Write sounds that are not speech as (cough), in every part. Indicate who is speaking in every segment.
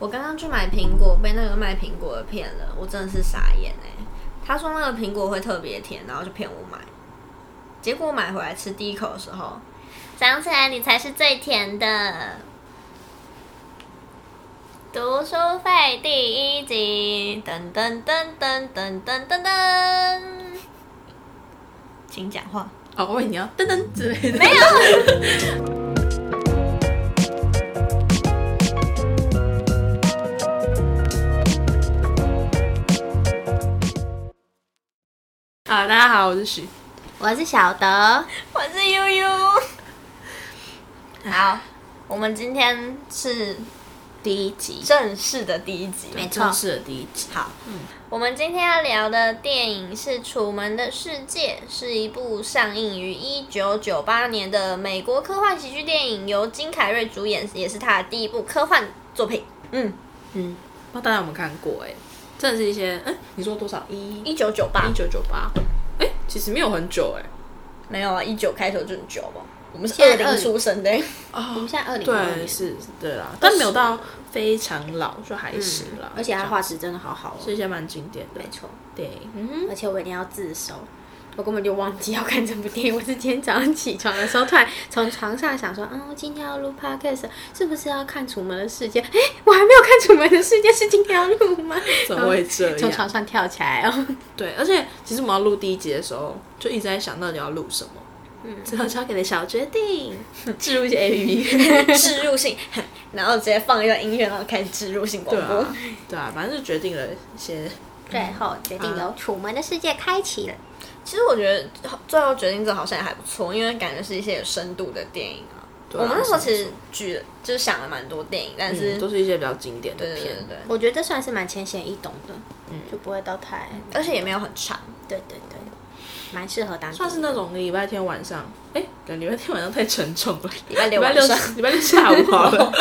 Speaker 1: 我刚刚去买苹果，被那个卖苹果的骗了，我真的是傻眼哎、他说那个苹果会特别甜，然后就骗我买，结果我买回来吃第一口的时候，
Speaker 2: 想起来你才是最甜的。读书会第一集，
Speaker 1: 噔噔噔噔噔噔噔噔，请讲话。
Speaker 3: 哦，我以为你要噔噔之类的。
Speaker 2: 没有。
Speaker 3: 啊，大家 (laughs) 好，我是许。
Speaker 2: 我是小德，
Speaker 1: 我是悠悠。好，我们今天是
Speaker 3: 第一集，
Speaker 1: 正式的第一集，
Speaker 2: 没错
Speaker 3: 正式的第一集。
Speaker 1: 好，
Speaker 2: 我们今天要聊的电影是《楚门的世界》，是一部上映于一九九八年的美国科幻喜剧电影，由金凯瑞主演，也是他的第一部科幻作品。
Speaker 1: 嗯，
Speaker 3: 嗯，不知道大家有没有看过、哎，真的是一些，哎、你说多少？一
Speaker 2: 一九九八
Speaker 3: 一，九九八。哎，其实没有很久、欸
Speaker 1: 没有啊，一九开头就很久嘛，我们是二
Speaker 2: 现在
Speaker 1: 零出生的、
Speaker 3: 哎。哦，我们
Speaker 4: 现在2020
Speaker 3: 对，
Speaker 4: 年
Speaker 3: 是，对啦，但没有到非常老，就嗯还行啦。
Speaker 4: 而且它的画质真的好好
Speaker 3: 是
Speaker 4: 哦，
Speaker 3: 一些蛮经典的
Speaker 4: 没错。
Speaker 3: 电影。嗯哼，
Speaker 4: 而且我一定要自首，我根本就忘记要看这部电影。我是今天早上起床的时候，突然从床上想说，啊，我今天要录 podcast，是不是要看《楚门的世界》？哎，我还没有看《楚门的世界》，是今天要录吗？
Speaker 3: 怎么会这
Speaker 4: 然后 (laughs) 从床
Speaker 3: 样？
Speaker 4: 上跳起来
Speaker 1: (laughs)
Speaker 4: 哦！ (laughs)
Speaker 3: 对，而且其实我们要录第一集的时候，就一直在想到底要录什么。嗯，最后交给了小决定，置 (laughs) 入一些 A P P。
Speaker 1: 植入性，然后直接放一段音乐，然后开始植入性广
Speaker 3: 对
Speaker 1: 播。
Speaker 3: (laughs) 啊，对啊，反正就决定了一些。
Speaker 4: 最后决定由《楚门的世界》开启了。
Speaker 1: 嗯其实我觉得最后决定者好像也还不错，因为感觉是一些有深度的电影啊。
Speaker 3: 对啊
Speaker 1: 我们那时候其实举了就是想了蛮多电影，但是、
Speaker 3: 嗯都是一些比较经典的
Speaker 1: 对对
Speaker 3: 片。
Speaker 1: 对对，嗯
Speaker 4: 我觉得这算是蛮浅显易懂的，就不会到太……
Speaker 1: 而且也没有很长。
Speaker 4: 对对对，蛮适合当
Speaker 3: 算是那种礼拜天晚上，哎、对，礼拜天晚上太沉重了。礼
Speaker 1: 拜六晚
Speaker 3: 六
Speaker 1: 上，
Speaker 3: 礼拜六下午好
Speaker 4: (laughs)
Speaker 3: 了。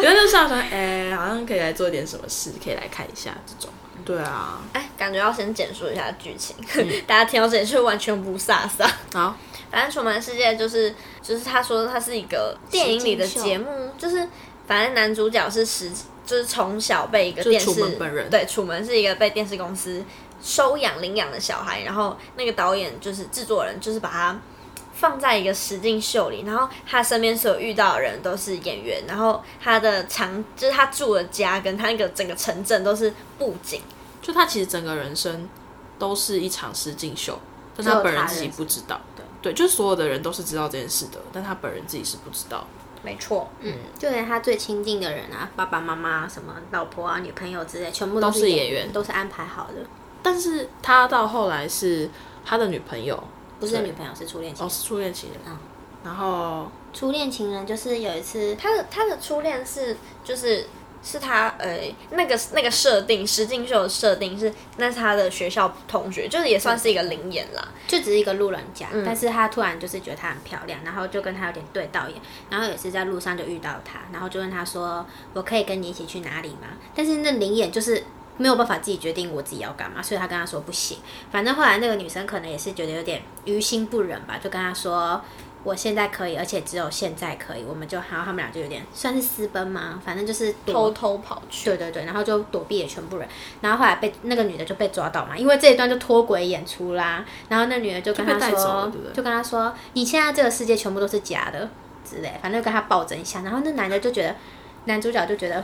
Speaker 3: 礼拜六下午说，哎、好像可以来做点什么事，可以来看一下这种。对啊，
Speaker 1: 哎，感觉要先简述一下剧情，
Speaker 3: 嗯
Speaker 1: (laughs) 大家听到这里是完全不飒飒。
Speaker 3: 好，
Speaker 1: 反正《楚门的世界》就是就是他说它是一个电影里的节目，就是反正男主角是十就是从小被一个
Speaker 3: 就是
Speaker 1: 电视
Speaker 3: 楚门本人
Speaker 1: 对楚门是一个被电视公司收养领养的小孩，然后那个导演就是制作人就是把他。放在一个实境秀里，然后他身边所有遇到的人都是演员，然后他的场就是他住的家跟他那个整个城镇都是布景，
Speaker 3: 就他其实整个人生都是一场实境秀，但是他本人自己不知道。对，对，就是所有的人都是知道这件事的，但他本人自己是不知道。
Speaker 1: 没错，
Speaker 4: 嗯，就连他最亲近的人啊，爸爸妈妈、什么老婆啊、女朋友之类，全部
Speaker 3: 都是
Speaker 4: 是
Speaker 3: 演员
Speaker 4: 都是安排好的。
Speaker 3: 但是他到后来是他的女朋友，
Speaker 4: 不是女朋友，是初恋
Speaker 3: 哦，
Speaker 4: 情人。
Speaker 3: 是初恋情人。
Speaker 4: 嗯
Speaker 3: 然后
Speaker 4: 初恋情人就是有一次，
Speaker 1: 他的他的初恋是就是是他呃那个那个设定石敬秀的设定是那是他的学校同学，就是也算是一个灵眼啦。
Speaker 4: 就只是一个路人甲，但是他突然就是觉得她很漂亮，然后就跟她有点对到眼，然后也是在路上就遇到她，然后就问她说：“我可以跟你一起去哪里吗？”但是那林眼就是没有办法自己决定我自己要干嘛，所以他跟她说不行。反正后来那个女生可能也是觉得有点于心不忍吧，就跟她说。我现在可以，而且只有现在可以，我们就然后他们俩就有点算是私奔嘛，反正就是
Speaker 3: 嗯
Speaker 4: 躲
Speaker 1: 偷偷跑去，
Speaker 4: 对对对，然后就躲避了全部人，然后后来被那个女的就被抓到嘛，因为这一段就脱轨演出啦，然后那女的就跟
Speaker 3: 就
Speaker 4: 他
Speaker 3: 被带走了
Speaker 4: 说，
Speaker 3: 对不对
Speaker 4: 跟他说你现在这个世界全部都是假的之类，反正就跟他抱真相，然后那男的就觉得男主角就觉得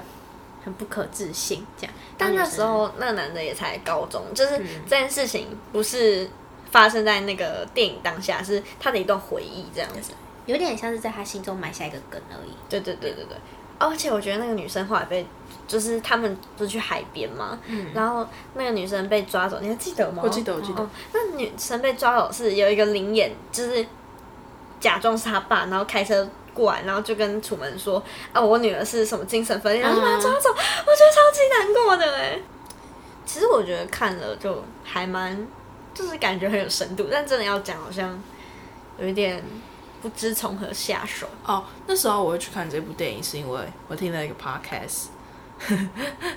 Speaker 4: 很不可置信这样，
Speaker 1: 但
Speaker 4: 然
Speaker 1: 那
Speaker 4: 后女生
Speaker 1: 时候那男的也才高中，就是
Speaker 3: 嗯
Speaker 1: 这件事情不是发生在那个电影当下，是他的一段回忆这样子。
Speaker 4: 有点像是在他心中埋下一个梗而已，
Speaker 1: 对对对对对，而且我觉得那个女生后来被。就是他们不是去海边嘛，然后那个女生被抓走，你还记得吗？
Speaker 3: 嗯我记得，我记得，
Speaker 1: 哦，那女生被抓走是有一个灵眼，就是假装是他爸，然后开车过来，然后就跟楚门说：“啊，我女儿是什么精神分裂，
Speaker 3: 啊
Speaker 1: 然后就把她抓走。我觉得超级难过的哎。其实我觉得看了就还蛮，就是感觉很有深度，但真的要讲好像有一点不知从何下手。
Speaker 3: 哦，那时候我会去看这部电影，是因为我听了一个 (laughs) podcast，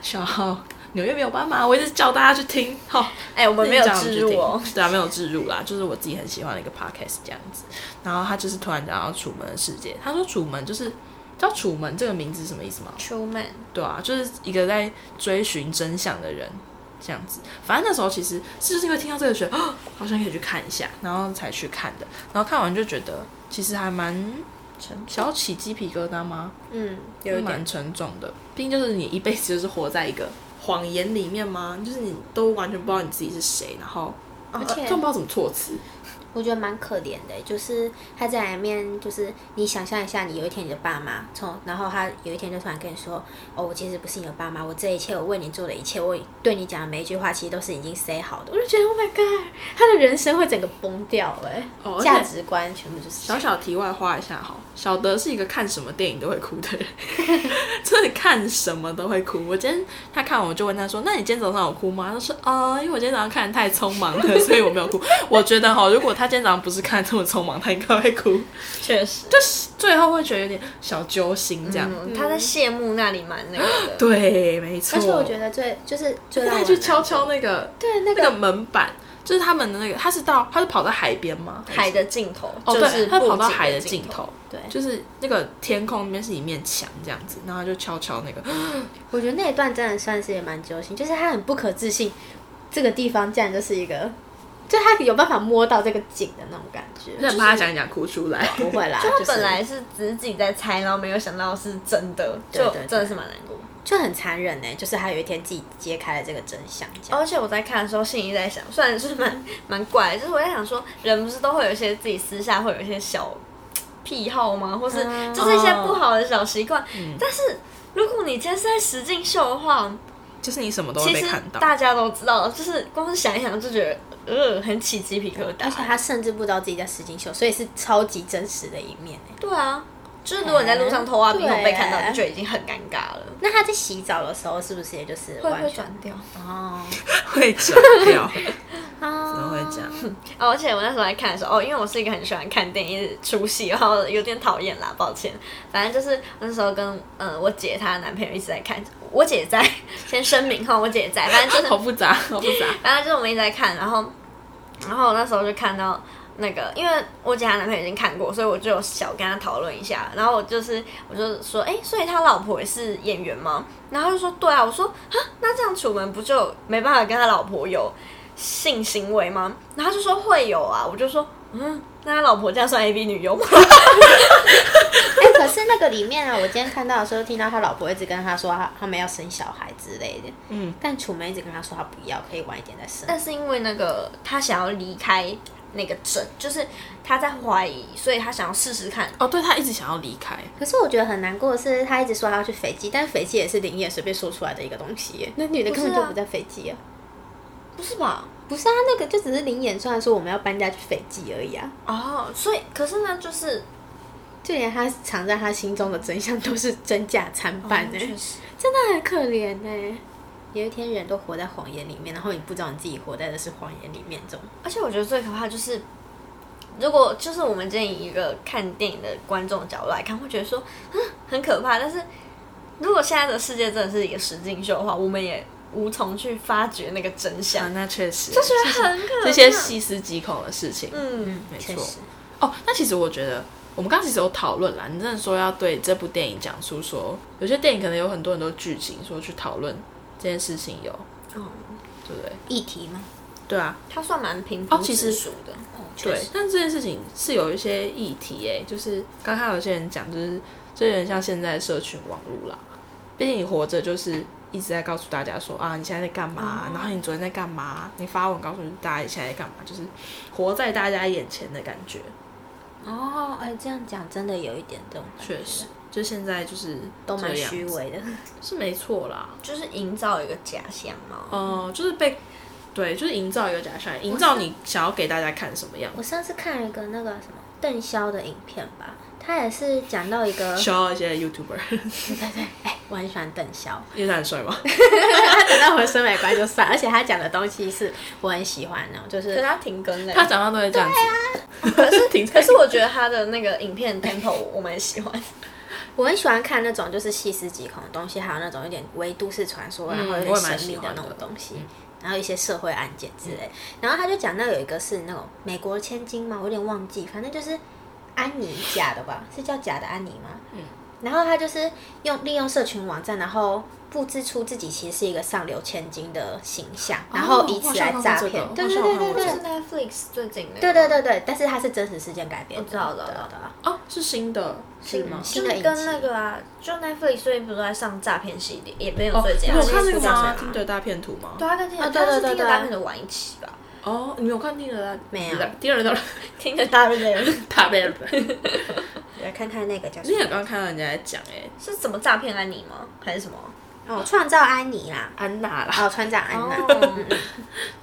Speaker 3: 小号纽约没有斑马，我一直叫大家去听。好、
Speaker 1: 哎、我
Speaker 3: 我
Speaker 1: 们没有植入哦，
Speaker 3: 对啊，没有置入啦，就是我自己很喜欢的一个 podcast 这样子。然后他就是突然讲到《楚门的世界》，他说《楚门》就是知道楚门这个名字是什么意思吗？
Speaker 2: 出门
Speaker 3: 对啊，就是一个在追寻真相的人，这样子。反正那时候其实是就是因为听到这个觉得，啊 (gasps) 好像可以去看一下，然后才去看的。然后看完就觉得其实还蛮小起鸡皮疙瘩吗？
Speaker 4: 嗯，有一点
Speaker 3: 蛮沉重的。毕竟就是你一辈子就是活在一个谎言里面吗？就是你都完全不知道你自己是谁，然后
Speaker 1: 而且
Speaker 3: 更不知道怎么措辞。
Speaker 1: 我觉得蛮可怜的，就是他在里面，就是你想象一下，你有一天你的爸妈从，然后他有一天就突然跟你说，哦，我其实不是你的爸妈，我这一切，我为你做的一切，我对你讲的每一句话，其实都是已经 say 好的。我就觉得，Oh my god，他的人生会整个崩掉哎、
Speaker 3: 哦而且
Speaker 1: 价值观全部就是这
Speaker 3: 小
Speaker 1: 样。
Speaker 3: 小题外话一下哈，小德是一个看什么电影都会哭的人，真的看什么都会哭。我今天他看完我就问他说：“那你今天早上有哭吗？”他说：“啊、因为我今天早上看的太匆忙了，所以我没有哭。”我觉得哈，如果他今天早上不是看得这么匆忙，他应该会哭，
Speaker 4: 确实，
Speaker 3: 最后会觉得有点小揪心这样。
Speaker 4: 嗯，他在谢幕那里蛮那个的，
Speaker 3: 对，没
Speaker 1: 嗯
Speaker 3: 错。
Speaker 1: 而且我觉得最就是最让
Speaker 3: 他
Speaker 1: 我
Speaker 3: 还去敲敲那个
Speaker 1: 对那
Speaker 3: 那个
Speaker 1: 个
Speaker 3: 门板，就是他们的那个，他是到他是跑到海边吗？还是
Speaker 4: 海的尽头，
Speaker 3: 哦，
Speaker 4: 就
Speaker 3: 对，
Speaker 4: 是
Speaker 3: 他跑到
Speaker 4: 布景
Speaker 3: 海的
Speaker 4: 尽
Speaker 3: 尽，头，
Speaker 1: 对
Speaker 3: 就是那个天空那边是一面墙这样子，然后他就敲敲那个，
Speaker 1: 我觉得那一段真的算是也蛮揪心，就是他很不可置信，这个地方竟然就是一个，就他有办法摸到这个景的那种感觉。
Speaker 3: 那怕他讲一讲哭出来。
Speaker 1: 不会啦，
Speaker 4: 就
Speaker 1: 就
Speaker 4: 他
Speaker 1: 是
Speaker 4: 啊本来是只是自己在猜，然后没有想到是真的，
Speaker 1: 对
Speaker 4: 就
Speaker 1: 对对
Speaker 4: 真的是蛮难过。
Speaker 1: 就很残忍呢、欸就是他有一天自己揭开了这个真相，这样。
Speaker 4: 而且我在看的时候，心里在想，虽然就是蛮蛮怪的，就是我在想说，人不是都会有一些自己私下会有一些小癖好吗？或是
Speaker 1: 嗯
Speaker 4: 就是一些不好的小习惯。但是如果你今天是在实境秀的话，
Speaker 3: 就是你什么都会
Speaker 4: 其
Speaker 3: 被
Speaker 4: 实
Speaker 3: 看到，
Speaker 4: 大家都知道，就是光是想一想就觉得，呃，很起鸡皮疙
Speaker 1: 而
Speaker 4: 瘩
Speaker 1: 且。他甚至不知道自己在实境秀，所以是超级真实的一面、欸、
Speaker 4: 对啊，就是如果你在路上偷挖鼻孔
Speaker 1: 对
Speaker 4: 被看到，你就已经很尴尬了，
Speaker 1: 那他在洗澡的时候是不是也就是
Speaker 4: 会
Speaker 1: 完
Speaker 4: 会
Speaker 1: 全
Speaker 4: 转掉。
Speaker 1: 哦
Speaker 3: 会讲掉，
Speaker 1: 啊
Speaker 3: 怎
Speaker 4: (laughs)
Speaker 3: 么会讲？
Speaker 4: 哦，而且我那时候在看的时候，哦，因为我是一个很喜欢看电影、一直出戏，然后有点讨厌啦，抱歉。反正就是那时候跟嗯、呃我姐她的男朋友一直在看，我姐在， (laughs) 先声明哈，我姐在，反正就
Speaker 3: 好
Speaker 4: 是，
Speaker 3: 复杂，好复杂。
Speaker 4: 反正就是我们一直在看，然后，然后我那时候就看到。那个，因为我姐她男朋友已经看过，所以我就有小跟她讨论一下。然后我就是，我就说，哎、所以他老婆也是演员吗？然后她就说，对啊。我说，啊，那这样楚门不就没办法跟他老婆有性行为吗？然后他就说会有啊，我就说嗯，那他老婆这样算 A B 女优吗？
Speaker 1: 哎、可是那个里面啊，我今天看到的时候，听到他老婆一直跟他说他他们要生小孩之类的，
Speaker 3: 嗯，
Speaker 1: 但楚门一直跟他说他不要，可以晚一点再生。
Speaker 4: 但是因为那个他想要离开那个镇，就是他在怀疑，所以他想要试试看。
Speaker 3: 哦，对他一直想要离开，
Speaker 1: 可是我觉得很难过的是，他一直说他要去斐济，但斐济也是林业随便说出来的一个东西耶，那女的根本
Speaker 4: 不是
Speaker 1: 就
Speaker 4: 啊
Speaker 1: 不在斐济啊。
Speaker 4: 不是吧？
Speaker 1: 不是啊，那个就只是林演，虽然说我们要搬家去斐济而已啊，
Speaker 4: 哦，所以可是呢，就是
Speaker 1: 就连他藏在他心中的真相都是真假参半
Speaker 4: 哦
Speaker 1: 呢、
Speaker 4: 确实
Speaker 1: 真的很可怜呢、有一天人都活在谎言里面，然后你不知道你自己活在的是谎言里面中。
Speaker 4: 而且我觉得最可怕就是，如果就是我们今天以一个看电影的观众的角度来看，会觉得说，嗯，很可怕。但是如果现在的世界真的是一个实境秀的话，我们也无从去发掘那个真相
Speaker 3: 啊，，那确实，
Speaker 4: 就觉得很可怕。
Speaker 3: 这些细思极恐的事情，
Speaker 4: 嗯，
Speaker 3: 没
Speaker 1: 确
Speaker 3: 错。
Speaker 1: 实，
Speaker 3: 哦，那其实我觉得我们刚刚其实有讨论啦，你真的说要对这部电影讲出说，有些电影可能有很多很多剧情说去讨论这件事情有，
Speaker 4: 哦，
Speaker 3: 对不对？
Speaker 1: 议题吗？
Speaker 3: 对啊，
Speaker 4: 它算蛮平
Speaker 3: 哦
Speaker 4: 铺
Speaker 3: 其
Speaker 4: 直
Speaker 3: 实
Speaker 4: 述的。
Speaker 1: 哦，确
Speaker 3: 对
Speaker 1: 实，。
Speaker 3: 但这件事情是有一些议题诶、就是刚看有些人讲，就是这有点像现在的社群网络啦。毕竟你活着就是一直在告诉大家说啊，你现在在干嘛、然后你昨天在干嘛？你发文告诉大家你现在在干嘛，就是活在大家眼前的感觉。
Speaker 1: 哦，哎、这样讲真的有一点这种感觉
Speaker 3: 确实，就现在就是
Speaker 1: 都蛮
Speaker 3: 这样
Speaker 1: 虚
Speaker 3: 子，
Speaker 1: 伪的。
Speaker 3: 是没错啦。
Speaker 4: 就是营造一个假象嘛。
Speaker 3: 哦、就是被。对，就是营造一个假象，营造你想要给大家看什么样，
Speaker 1: 我上次看了一个那个什么邓潇的影片吧，他也是讲到一个，
Speaker 3: 需要一些 YouTuber， (laughs)
Speaker 1: 哎、我很喜欢邓潇，
Speaker 3: 因为他很帅嘛。
Speaker 1: (laughs) 他讲到我的审美观就算，而且他讲的东西是我很喜欢的，就
Speaker 4: 可是
Speaker 3: 啊
Speaker 1: 是
Speaker 4: 他停更
Speaker 3: (laughs)
Speaker 4: 了，
Speaker 3: 他讲话都会这样 (laughs) 子，啊可是停
Speaker 4: (laughs) 可是我觉得他的那个影片 tempo 我蛮喜欢，
Speaker 1: 我很喜欢看那种就是细思极恐的东西，还有那种有点微都市传说，然后有
Speaker 3: 我
Speaker 1: 点
Speaker 3: 嗯也蛮
Speaker 1: 神秘的那种
Speaker 3: 喜欢的嗯
Speaker 1: 东西。然后一些社会案件之类，然后他就讲到有一个是那种美国千金嘛，我有点忘记，反正就是安妮假的吧？是叫假的安妮吗？嗯，然后他就是用利用社群网站，然后布置出自己其实是一个上流千金的形象，然后以此来诈骗。
Speaker 3: 哦
Speaker 1: 对
Speaker 3: 我
Speaker 1: (laughs) 对
Speaker 3: 好像
Speaker 1: 对
Speaker 3: 有看过
Speaker 1: 对对
Speaker 3: 这个我好像有看过这个
Speaker 4: 就
Speaker 1: 对
Speaker 4: 是 Netflix 最近的，
Speaker 1: 对对对对，但是它是真实事件改编的。
Speaker 4: 我知道了
Speaker 1: 对啊对啊
Speaker 3: 哦，是新的，
Speaker 1: 是吗？
Speaker 4: 就
Speaker 1: 新的
Speaker 4: 是
Speaker 1: 影
Speaker 4: 跟那
Speaker 1: 集。
Speaker 4: 个啊，就 Netflix 最近不是在上诈骗系列，也没有
Speaker 3: 哦，
Speaker 4: 最近
Speaker 3: 你
Speaker 4: 啊，
Speaker 3: 有看那
Speaker 4: 是
Speaker 3: 个
Speaker 4: 不知道
Speaker 3: 吗？
Speaker 4: 谁
Speaker 3: 听
Speaker 4: 嘛
Speaker 3: 的大骗图吗？
Speaker 4: 对啊，跟听
Speaker 1: 啊
Speaker 4: 的，
Speaker 1: 对对
Speaker 4: 他是
Speaker 1: 对
Speaker 4: 听
Speaker 1: 对
Speaker 4: 的
Speaker 1: 对
Speaker 4: 大片的玩一起吧，
Speaker 3: 哦，你没有看听的大
Speaker 1: 没有
Speaker 3: 听的大
Speaker 4: 听的大片的
Speaker 3: 大骗图。
Speaker 1: 来看看那个叫什
Speaker 3: 之前
Speaker 1: 么？
Speaker 3: 有刚看到人家在讲哎，
Speaker 4: (laughs) 是怎么诈骗安妮吗？还是什么？
Speaker 1: 哦，创造安妮啦，
Speaker 3: 安娜啦，
Speaker 1: 哦，船长安
Speaker 4: 嗯
Speaker 1: 娜，啊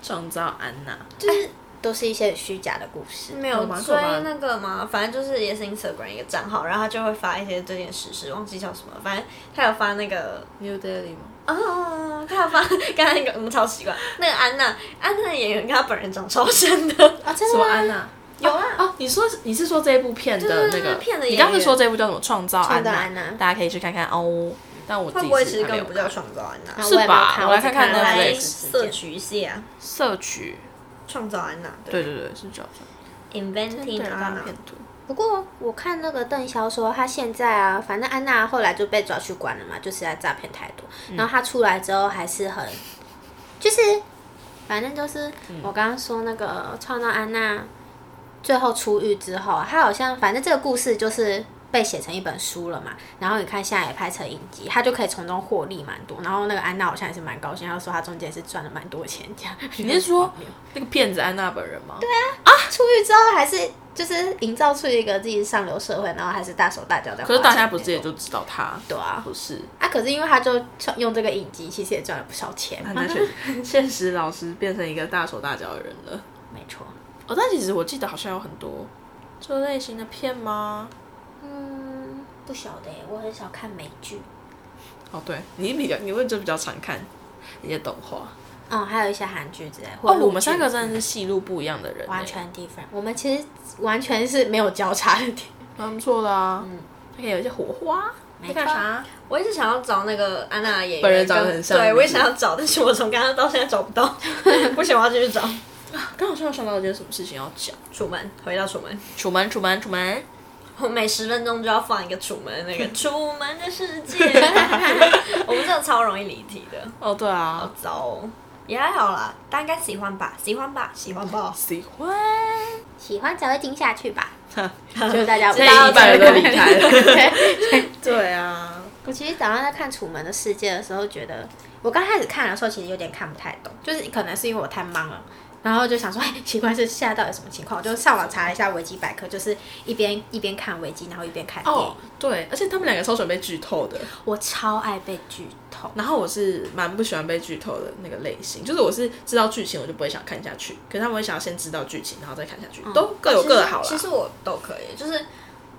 Speaker 3: 创造安娜，
Speaker 1: 就是都是一些虚假的故事。
Speaker 4: 没有
Speaker 3: 有吗
Speaker 4: 追
Speaker 3: 有吗
Speaker 4: 那个嘛，反正就是也是 Instagram 一个账号，然后他就会发一些最近的时事，忘记叫什么，反正他有发那个
Speaker 3: New Daily 吗？
Speaker 4: 哦，他有发 (laughs) 刚才那个我们超奇怪，那个安娜，安娜的演员跟她本人长超像
Speaker 3: (laughs)
Speaker 4: 的，
Speaker 1: 啊，真
Speaker 3: 什
Speaker 1: 的
Speaker 3: 么
Speaker 1: 吗？
Speaker 3: 安娜？
Speaker 4: 有啊
Speaker 3: 哦，你说你是说这一部片的那
Speaker 4: 对对
Speaker 3: 个
Speaker 4: 对片的
Speaker 3: 你
Speaker 4: 演
Speaker 3: 刚才
Speaker 4: 员
Speaker 3: 说这部叫什么？创造安
Speaker 1: 创造
Speaker 3: 娜
Speaker 1: 安娜，
Speaker 3: 大家可以去看看哦。但我自
Speaker 4: 会
Speaker 3: 己
Speaker 4: 不会
Speaker 3: 是
Speaker 4: 其实
Speaker 3: 还没
Speaker 4: 根
Speaker 3: 有
Speaker 4: 本不叫
Speaker 3: 看
Speaker 4: 创造安娜？
Speaker 1: 啊
Speaker 3: 是
Speaker 1: 我也没有
Speaker 3: 吧
Speaker 1: 看
Speaker 3: 我来看看
Speaker 1: 我只看了
Speaker 3: Netflix
Speaker 4: 来
Speaker 1: Netflix
Speaker 4: 摄取一下
Speaker 3: 社区，
Speaker 4: 创造安娜，
Speaker 3: 对对对，是叫什么？
Speaker 4: ，Inventing
Speaker 3: 大
Speaker 4: Anna，
Speaker 3: 片图。
Speaker 1: 不过我看那个邓潇说，他现在啊，反正安娜后来就被抓去关了嘛，就是在诈骗太多。然后他出来之后还是很，就是反正就是我刚刚说那个呃创造安娜最后出狱之后啊，他好像反正这个故事就是被写成一本书了嘛。然后你看现在也拍成影集，他就可以从中获利蛮多。然后那个安娜好像也是蛮高兴，他说他中间是赚了蛮多钱这样。
Speaker 3: 你是说那个骗子安娜本人吗？对啊，
Speaker 1: 出狱之后还是就是营造出一个自己是上流社会，然后还是大手大脚的。
Speaker 3: 可是大家不是也就知道他？
Speaker 1: 对啊
Speaker 3: 不是。
Speaker 1: 啊？可是因为他就创用这个影集，其实也赚了不少钱。
Speaker 3: (laughs) 他在现现啊实老师变成一个大手大脚的人了。
Speaker 1: 没错，
Speaker 3: 哦，但其实我记得好像有很多这类型的片吗？
Speaker 1: 嗯，不晓得耶，我很少看美剧。
Speaker 3: 哦，对，你比较你会就比较常看一些动画。
Speaker 1: 哦，还有一些韩剧之类。或
Speaker 3: 哦，
Speaker 1: 者
Speaker 3: 我们三个
Speaker 1: 陆剧
Speaker 3: 真的是戏路不一样的人欸，
Speaker 1: 完全 different，我们其实完全是没有交叉的点。
Speaker 3: (laughs) 蛮不错的啊。嗯，还可以有一些火花。在干啥？
Speaker 4: 我一直想要找那个安娜的演员，
Speaker 3: 本人长得很像
Speaker 4: 对
Speaker 3: 是不
Speaker 4: 我
Speaker 3: 是
Speaker 4: 也想要找， (laughs) 但是我从刚刚到现在找不到， (laughs) 不行，我要继续找。
Speaker 3: 刚好像想到一件什么事情要讲。
Speaker 4: 楚门，回到楚门，
Speaker 3: 楚门，楚门，楚门。
Speaker 4: 我每十分钟就要放一个楚门那个楚门的世 (laughs) 界，我们真的超容易离题的，
Speaker 3: 哦，对啊，
Speaker 4: 糟哦，也还好啦，大家应该喜欢吧，喜欢吧，喜欢吧。
Speaker 3: 喜欢。
Speaker 1: 喜欢才会听下去
Speaker 3: (laughs)
Speaker 1: 吧。就大家，
Speaker 3: 这一半人都离开了 (laughs)
Speaker 1: (laughs) 对对
Speaker 4: 对啊，
Speaker 1: 我其实早上在看《楚门的世界》的时候，觉得我刚开始看的时候，其实有点看不太懂，就是可能是因为我太忙了，然后就想说，哎，奇怪，是现在到底什么情况？我就上网查了一下维基百科，就是一边一边看维基，然后一边看电影。
Speaker 3: 哦，对，而且他们两个超喜欢被剧透的。
Speaker 1: 我超爱被剧透，
Speaker 3: 然后我是蛮不喜欢被剧透的那个类型，就是我是知道剧情我就不会想看下去，可是他们会想要先知道剧情，然后再看下去，
Speaker 1: 嗯
Speaker 3: 都各有各的
Speaker 1: 哦
Speaker 3: 好啦。
Speaker 4: 其实我都可以，就是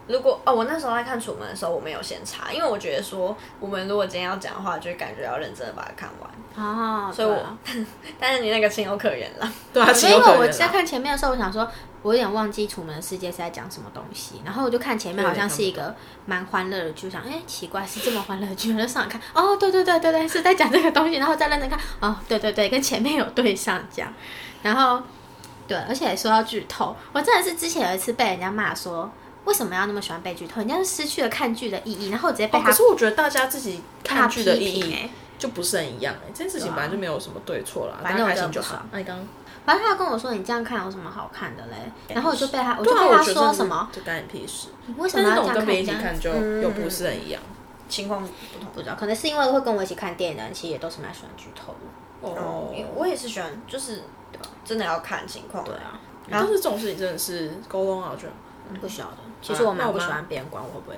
Speaker 4: 如果哦，我那时候在看《楚门》的时候，我没有先查，因为我觉得说我们如果今天要讲的话，就感觉要认真的把它看完。
Speaker 1: 哦，
Speaker 4: 所以我， (laughs) 但是你那个情有可原啦。
Speaker 3: 对啊，情
Speaker 1: 因
Speaker 3: 有
Speaker 1: 为
Speaker 3: 可
Speaker 1: 我
Speaker 3: 原
Speaker 1: 在
Speaker 3: 啦。
Speaker 1: 看前面的时候，我想说，我有点忘记《楚门的世界》是在讲什么东西，然后我就看前面好像是一个蛮欢乐的剧，我想哎、奇怪是这么欢乐的剧，我就上来看，哦对对对对对，是在讲这个东西，然后再认真看，哦对对对，跟前面有对上这样，然后对，而且说到剧透，我真的是之前有一次被人家骂说。为什么要那么喜欢被剧透？人家就失去了看剧的意义，然后我直接被
Speaker 3: 哦，
Speaker 1: 他
Speaker 3: 可是我觉得大家自己看剧的意
Speaker 1: 大批评
Speaker 3: 义
Speaker 1: 欸
Speaker 3: 就不是很一样哎、这件事情本来就没有什么对错啦，
Speaker 1: 啊反正
Speaker 3: 大家
Speaker 1: 我
Speaker 3: 开
Speaker 1: 觉得
Speaker 3: 心就
Speaker 1: 不
Speaker 3: 好啊
Speaker 1: 爽。
Speaker 3: 那你刚刚
Speaker 1: 反正他跟我说你这样看有什么好看的嘞，然后我就被他，我就
Speaker 3: 对啊，
Speaker 1: 被
Speaker 3: 我
Speaker 1: 他
Speaker 3: 觉
Speaker 1: 说
Speaker 3: 得真的
Speaker 1: 什么，
Speaker 3: 就干你屁事。
Speaker 1: 你为什
Speaker 3: 但
Speaker 1: 么要
Speaker 3: 是
Speaker 1: 这
Speaker 3: 那种
Speaker 1: 样
Speaker 3: 跟
Speaker 1: 看
Speaker 3: 别
Speaker 1: 人
Speaker 3: 人一
Speaker 1: 家？
Speaker 3: 起看就又不是很一样。
Speaker 4: 情况不同。
Speaker 1: 不知道，可能是因为会跟我一起看电影的人，其实也都是蛮喜欢剧透的。
Speaker 3: 哦，
Speaker 4: 我也是喜欢，就是真的要看情况。对
Speaker 1: 啊，
Speaker 3: 但是这种事情真的是沟通啊，我觉得。
Speaker 1: 不晓得，其实我
Speaker 3: 那
Speaker 1: 蛮
Speaker 3: 我
Speaker 1: 不
Speaker 3: 们
Speaker 1: 喜欢别人管我会不会。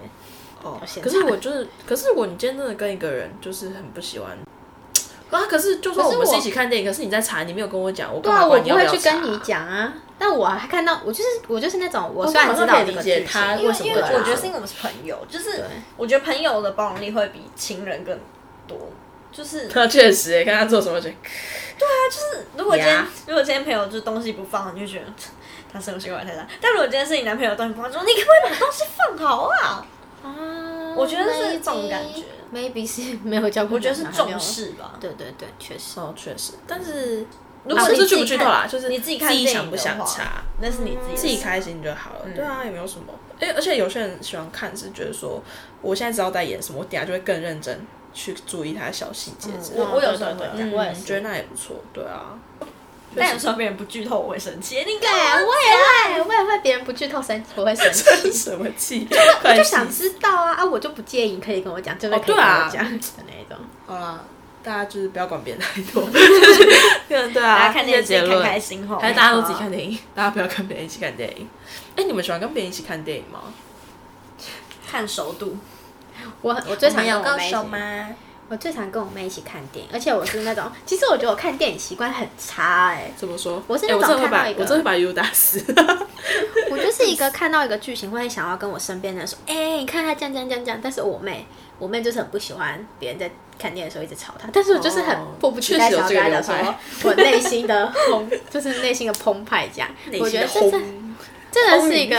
Speaker 3: 哦
Speaker 1: 现
Speaker 3: 可
Speaker 1: 场
Speaker 3: 是我就是，可是我你今天真的跟一个人就是很不喜欢。啊！可是就算我们是一起看电影，可是你在查，你没有跟我讲，我干
Speaker 1: 对
Speaker 3: 嘛
Speaker 1: 啊，我
Speaker 3: 管你
Speaker 1: 不
Speaker 3: 要
Speaker 1: 会
Speaker 3: 要
Speaker 1: 去
Speaker 3: 查
Speaker 1: 跟你，讲啊。 (laughs) 但我还看到，我就是我就是那种，我
Speaker 3: 哦
Speaker 1: 虽然知
Speaker 3: 这好
Speaker 1: 道
Speaker 3: 像可
Speaker 1: 这
Speaker 3: 以
Speaker 1: 个
Speaker 3: 理解
Speaker 1: 剧
Speaker 3: 他
Speaker 1: 情
Speaker 4: 因为
Speaker 3: 为什么
Speaker 4: 因
Speaker 3: 会
Speaker 4: 为
Speaker 3: 这样
Speaker 4: 我觉得是因为我们是朋友，就是我觉得朋友的包容力会比情人更多。就是
Speaker 3: 那 (laughs) 确实欸，看他做什么，觉得
Speaker 4: 如果今天
Speaker 3: 呀
Speaker 4: 如果今天朋友就东西不放，你就觉得他生活习惯太大。但如果今天是你男朋友东西不放，说你可不可以把东西放好啊？
Speaker 1: 啊，
Speaker 4: 我觉得是这种感觉
Speaker 1: maybe 是没有教过，
Speaker 4: 我觉得是重，视吧。
Speaker 1: 对对对，确实。
Speaker 3: 哦，确实。但是如果
Speaker 4: 你
Speaker 3: 是
Speaker 4: 自
Speaker 3: 剧
Speaker 4: 己
Speaker 3: 不剧透
Speaker 4: 看
Speaker 3: 啦，就是
Speaker 4: 你自己看
Speaker 3: 自己
Speaker 4: 电
Speaker 3: 想
Speaker 4: 影
Speaker 3: 不
Speaker 4: 的
Speaker 3: 想
Speaker 4: 话
Speaker 3: 查，
Speaker 4: 那是你自己的
Speaker 3: 自己
Speaker 4: 事
Speaker 3: 开心就好了。对啊，也没有什么。哎，而且有些人喜欢看是觉得说，我现在知道在演什么，我等下就会更认真去注意他的小细节之类的。
Speaker 4: 我我有
Speaker 3: 对
Speaker 4: 时候
Speaker 3: 对
Speaker 4: 会
Speaker 3: 对
Speaker 4: 这样我也
Speaker 3: 嗯
Speaker 4: 是
Speaker 3: 觉得那也不错。对啊， (laughs)
Speaker 4: 但有时候别人不剧透，我会生气。你
Speaker 1: 对，
Speaker 4: 干嘛？
Speaker 1: 我也会，我也会，别人不剧透生，我会生
Speaker 3: (laughs)
Speaker 1: 气。
Speaker 3: 生什么气？我
Speaker 1: 我就想知道啊啊！我就不介意，可以跟我讲，真的
Speaker 3: 哦
Speaker 1: 可以跟
Speaker 3: 对啊
Speaker 1: 我讲的那一种。
Speaker 3: 好啦，啊大家就是不要管别人太
Speaker 4: (laughs)
Speaker 3: 多。就是对啊，
Speaker 4: 大家看电
Speaker 3: 这结
Speaker 4: 影看
Speaker 3: 论。
Speaker 4: 开心哦吼，
Speaker 3: 还是大家都自己看电影，大家不要跟别人一起看电影。哎、你们喜欢跟别人一起看电影吗？
Speaker 4: 看熟度。
Speaker 1: 我我最常跟我妹一起，
Speaker 3: 吗？
Speaker 1: 我最常跟我妹一起看电影，而且我是那种，其实我觉得我看电影习惯很差哎、
Speaker 3: 怎么说？
Speaker 1: 我是
Speaker 3: 哎
Speaker 1: 那
Speaker 3: 我真
Speaker 1: 种
Speaker 3: 的会
Speaker 1: 看
Speaker 3: 把
Speaker 1: 到一
Speaker 3: 我
Speaker 1: 个
Speaker 3: 真的会把 U 打
Speaker 4: (laughs)
Speaker 3: 死。
Speaker 1: 我就是一个看到一个剧情会想要跟我身边的人说，哎、你看他这样这样这样这样，但是我妹，我妹就是很不喜欢别人在看电影的时候一直吵她，但是我就是很
Speaker 3: 哦
Speaker 1: 迫不及待
Speaker 3: 确实
Speaker 1: 想
Speaker 3: 有
Speaker 1: 要跟
Speaker 3: 这个
Speaker 1: 她
Speaker 3: 流
Speaker 1: 讲
Speaker 3: 派
Speaker 1: 说，我内心的澎， (laughs) 就是内心的澎湃这样。我觉得这是真的是一个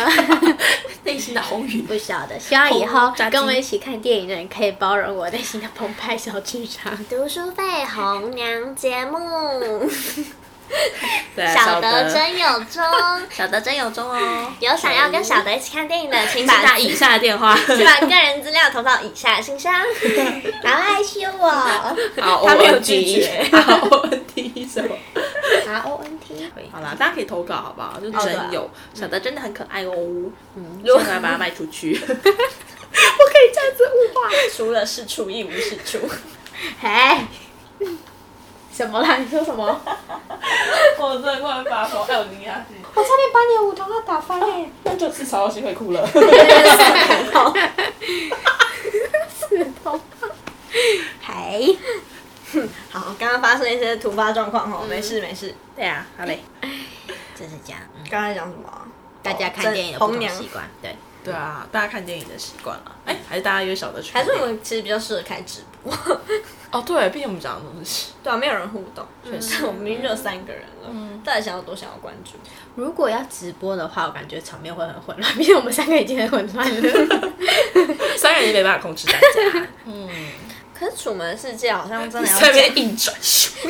Speaker 3: 内心的红雨。
Speaker 1: (laughs) 不晓得，希望以后
Speaker 3: 轰炸机
Speaker 1: 跟我一起看电影的人可以包容我内心的澎湃小剧场。
Speaker 2: 读书费红娘节目，
Speaker 4: (laughs)
Speaker 3: 对，啊
Speaker 2: 小
Speaker 3: 小
Speaker 2: 德
Speaker 3: 德
Speaker 2: 真有中，
Speaker 4: 小德真有中哦，
Speaker 2: 有想要跟小德一起看电影的，请
Speaker 3: 打
Speaker 2: 把
Speaker 3: 以下的电
Speaker 4: (laughs)
Speaker 3: 话。
Speaker 2: 请把个人资料投到以下信箱，然后艾修我。
Speaker 3: 好，
Speaker 4: 他没有
Speaker 3: ONT
Speaker 4: 拒绝
Speaker 3: 好，ONT 什么？
Speaker 2: R O N T，
Speaker 3: 好啦，大家可以投稿好不好？就
Speaker 4: 对啊
Speaker 3: 真有小德真的很可爱哦。嗯，
Speaker 4: 如
Speaker 3: 如
Speaker 4: 果
Speaker 3: 果要把它卖出去，
Speaker 4: 除了是处一无是处。
Speaker 1: 哎，什么啦？你说什么？ (laughs) 我
Speaker 3: 我真的快发疯，哎，我惊讶，
Speaker 1: 差点把你的五头发打翻嘞！ (laughs)
Speaker 3: 那就是曹小新会哭了。
Speaker 1: 还
Speaker 4: 好，刚刚发生一些突发状
Speaker 2: 嗯
Speaker 4: 况哦，没事没事。
Speaker 3: 对啊，好嘞。
Speaker 1: 就是这样，嗯
Speaker 4: 刚才讲什么啊？
Speaker 1: 大家看电影的不同习惯，对。
Speaker 3: 对啊，大家看电影的习惯了。哎，还是大家约小德去看
Speaker 4: 还是
Speaker 3: 电影。
Speaker 4: 我们其实比较适合开直 (laughs) 播，
Speaker 3: 哦，对，毕竟我们讲的东西。
Speaker 4: 对啊，没有人互动，确实，我们明明就有三个人了，到底想要多想要关注？
Speaker 1: 如果要直播的话，我感觉场面会很混乱，毕竟我们三个已经很混乱 (laughs) 了。
Speaker 3: 三个人也没办法控制大家，
Speaker 4: 可是《楚门的世界》好像真的要
Speaker 3: 在那
Speaker 4: (laughs) 讲
Speaker 3: 边硬转。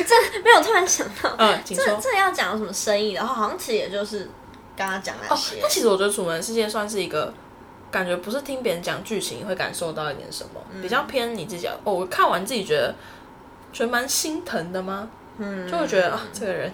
Speaker 4: 这没有突然想到，
Speaker 3: 嗯，请
Speaker 4: 这
Speaker 3: 说。
Speaker 4: 这要讲什么生意的话，好像其实也就是刚刚讲
Speaker 3: 哦
Speaker 4: 那些，
Speaker 3: 那。其实我觉得《楚门的世界》算是一个。感觉不是听别人讲剧情会感受到一点什么，比较偏你自己的。哦，我看完自己觉得觉得蛮心疼的吗？嗯，就会觉得啊、这个人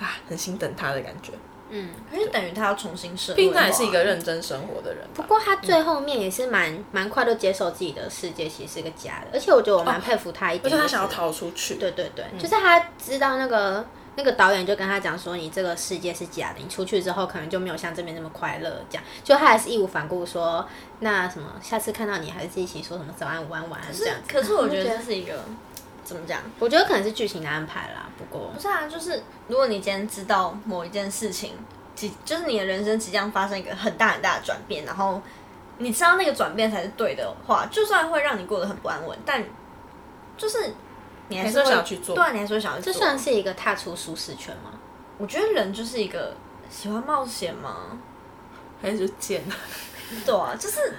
Speaker 3: 啊很心疼他的感觉，
Speaker 1: 嗯，
Speaker 4: 因为等于他要重新设
Speaker 3: 毕
Speaker 4: 定，
Speaker 3: 竟他也是一个认真生活的人吧。
Speaker 1: 不过他最后面也是蛮蛮快就接受自己的世界其实是个假的，而且我哦觉得我蛮佩服他一点、
Speaker 3: 而且
Speaker 1: 就是
Speaker 3: 他想要逃出去，
Speaker 1: 对对对，
Speaker 4: 嗯
Speaker 1: 就是他知道那个那个导演就跟他讲说，你这个世界是假的，你出去之后可能就没有像这边那么快乐，这样就他还是义无反顾说，那什么下次看到你还是一起说什么早安、午安、晚安这样子。
Speaker 4: 可嗯是我觉
Speaker 1: 然
Speaker 4: 得
Speaker 1: 后
Speaker 4: 这
Speaker 1: 就是
Speaker 4: 一个怎么讲？
Speaker 1: 我觉得可能是剧情的安排啦，不过
Speaker 4: 不是啊，就是如果你今天知道某一件事情，即就是你的人生即将发生一个很大很大的转变，然后你知道那个转变才是对的话，就算会让你过得很不安稳，但就是你还
Speaker 3: 还是
Speaker 4: 是会
Speaker 3: 会想要去做
Speaker 4: 对啊，你还是会想要去
Speaker 1: 这
Speaker 4: 做。
Speaker 1: 算是一个踏出舒适圈吗？
Speaker 4: 我觉得人就是一个喜欢冒险嘛，
Speaker 3: 还是就贱 (laughs) 了。
Speaker 4: 对啊，就是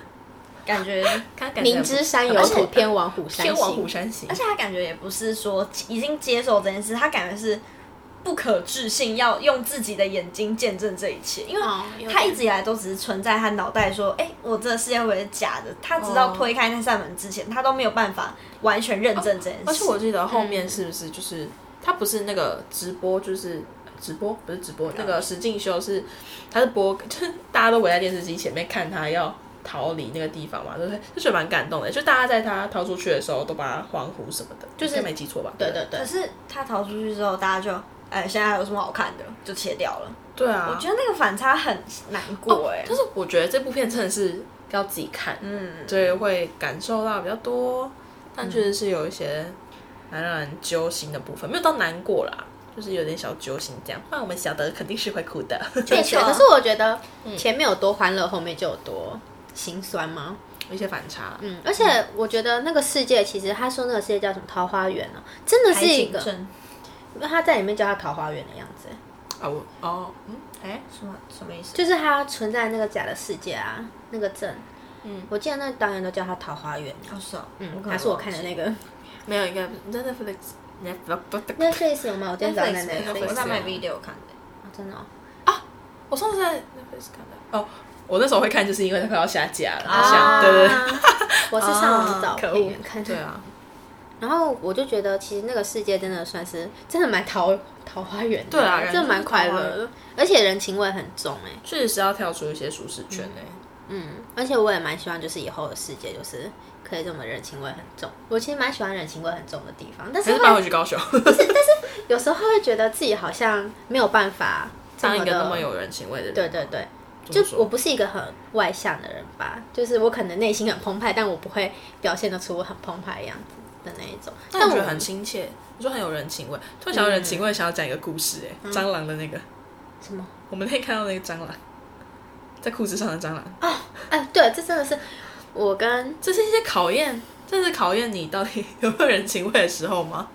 Speaker 4: 感觉，
Speaker 3: 他感觉
Speaker 1: 明知山有虎，偏往虎山
Speaker 3: 偏往虎
Speaker 1: 行。
Speaker 3: 山行
Speaker 4: 而。且他感觉也不是说已经接受这件事，他感觉是。不可置信，要用自己的眼睛见证这一切，因为
Speaker 1: 哦有
Speaker 4: 他一
Speaker 1: 点
Speaker 4: 直以来都只是存在他脑袋说，哎、我这个世界会不会是假的？他直到推开那扇门之前，他都没有办法完全认证这件事。
Speaker 3: 而且我记得后面是不是就是、他不是那个直播，就是直播不是直播，那个石进修是他是播， (laughs) 就是大家都围在电视机前面看他要逃离那个地方嘛，就是就觉得蛮感动的，就大家在他逃出去的时候都把他欢呼什么的，就是没记错吧？
Speaker 1: 对
Speaker 3: 不
Speaker 1: 对对
Speaker 4: 可，是他逃出去之后，大家就，哎、现在还有什么好看的？就切掉了。
Speaker 3: 对啊，
Speaker 4: 我觉得那个反差很难过、哎、
Speaker 3: 但是我觉得这部片真的是要自己看，
Speaker 4: 嗯，
Speaker 3: 所以会感受到比较多，但确实是有一些蛮让人揪心的部分，没有到难过啦，就是有点小揪心这样。那我们小德肯定是会哭的，
Speaker 1: 确
Speaker 4: 是
Speaker 1: 实。可是我觉得
Speaker 4: 嗯
Speaker 1: 前面有多欢乐，后面就有多心酸吗？
Speaker 3: 有一些反差。嗯，
Speaker 1: 嗯，而且我觉得那个世界，其实他说那个世界叫什么桃花源呢、真的是一个，他在里面叫它桃花源的样子，
Speaker 3: 啊我哦嗯哎
Speaker 4: 什么什么意思？
Speaker 1: 就是它存在那个假的世界啊，那个镇。嗯，我记得那个导演都叫它桃花源。
Speaker 4: 哦，是哦，嗯
Speaker 1: 还是我看的那个，
Speaker 3: 没有应该不是在 Netflix
Speaker 1: 那这一次有吗？我今天早上在
Speaker 4: Netflix 没有
Speaker 1: Netflix
Speaker 4: 我在
Speaker 3: 啊
Speaker 4: My Video 看的。
Speaker 1: 哦真的哦，
Speaker 3: 我上次在 Netflix 看的哦，我那时候会看，就是因为它快要下架了，它
Speaker 4: 啊
Speaker 3: 下对对对，
Speaker 1: (laughs) 我是上网找
Speaker 3: (laughs) 可
Speaker 1: 配
Speaker 3: 恶
Speaker 1: 员看，
Speaker 3: 对啊，
Speaker 1: 然后我就觉得，其实那个世界真的算是真的蛮桃桃花源的，
Speaker 3: 对啊
Speaker 1: 真的蛮快乐
Speaker 3: 感觉
Speaker 1: 的，而且人情味很重哎、
Speaker 3: 确实是要跳出一些舒适圈诶。
Speaker 1: 嗯，而且我也蛮希望，就是以后的世界就是可以这么人情味很重。我其实蛮喜欢人情味很重的地方，但是
Speaker 3: 还是搬回去高雄，
Speaker 1: 有时候会觉得自己好像没有办法这
Speaker 3: 当一
Speaker 1: 么
Speaker 3: 个
Speaker 1: 的
Speaker 3: 那么有人情味的人。
Speaker 1: 对对对，
Speaker 3: 怎
Speaker 1: 就
Speaker 3: 么说，
Speaker 1: 我不是一个很外向的人吧，就是我可能内心很澎湃，但我不会表现得出我很澎湃的样子的那一种。
Speaker 3: 但我
Speaker 1: 我
Speaker 3: 觉得很亲切，我说很有人情味。突然想到人情味，想要讲一个故事诶，蟑螂的那个，
Speaker 1: 什么？
Speaker 3: 我们那天看到那个蟑螂，在裤子上的蟑螂，
Speaker 1: 哎，对，这真的是我跟
Speaker 3: 这是一些考验，这是考验你到底有没有人情味的时候吗？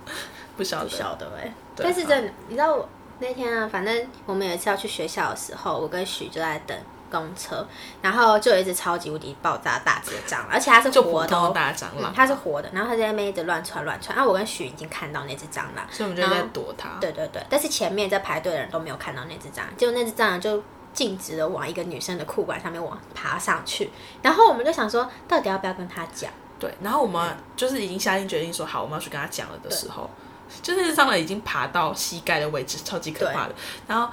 Speaker 3: 不晓
Speaker 1: 不
Speaker 3: 得，
Speaker 1: 晓得哎、
Speaker 3: 对
Speaker 1: 但是
Speaker 3: 好
Speaker 1: 真的，你知道我那天啊，反正我们有一次要去学校的时候，我跟许就在等公车，然后就有一只超级无敌爆炸大只的蟑螂，而且它是
Speaker 3: 就普
Speaker 1: 活
Speaker 3: 通
Speaker 1: 的哦、
Speaker 3: 的大蟑
Speaker 1: 嗯
Speaker 3: 螂，
Speaker 1: 它是活的，然后它在那边一直乱窜乱窜。然、啊后我跟许已经看到那只蟑螂，
Speaker 3: 所以我们就在躲它。
Speaker 1: 对对对，但是前面在排队的人都没有看到那只蟑螂，结果那只蟑螂就径直的往一个女生的裤管上面往爬上去，然后我们就想说，到底要不要跟她讲？
Speaker 3: 对，然后我们就是已经下定决定说好，我们要去跟他讲了的时候，就是蟑螂已经爬到膝盖的位置，超级可怕的。然后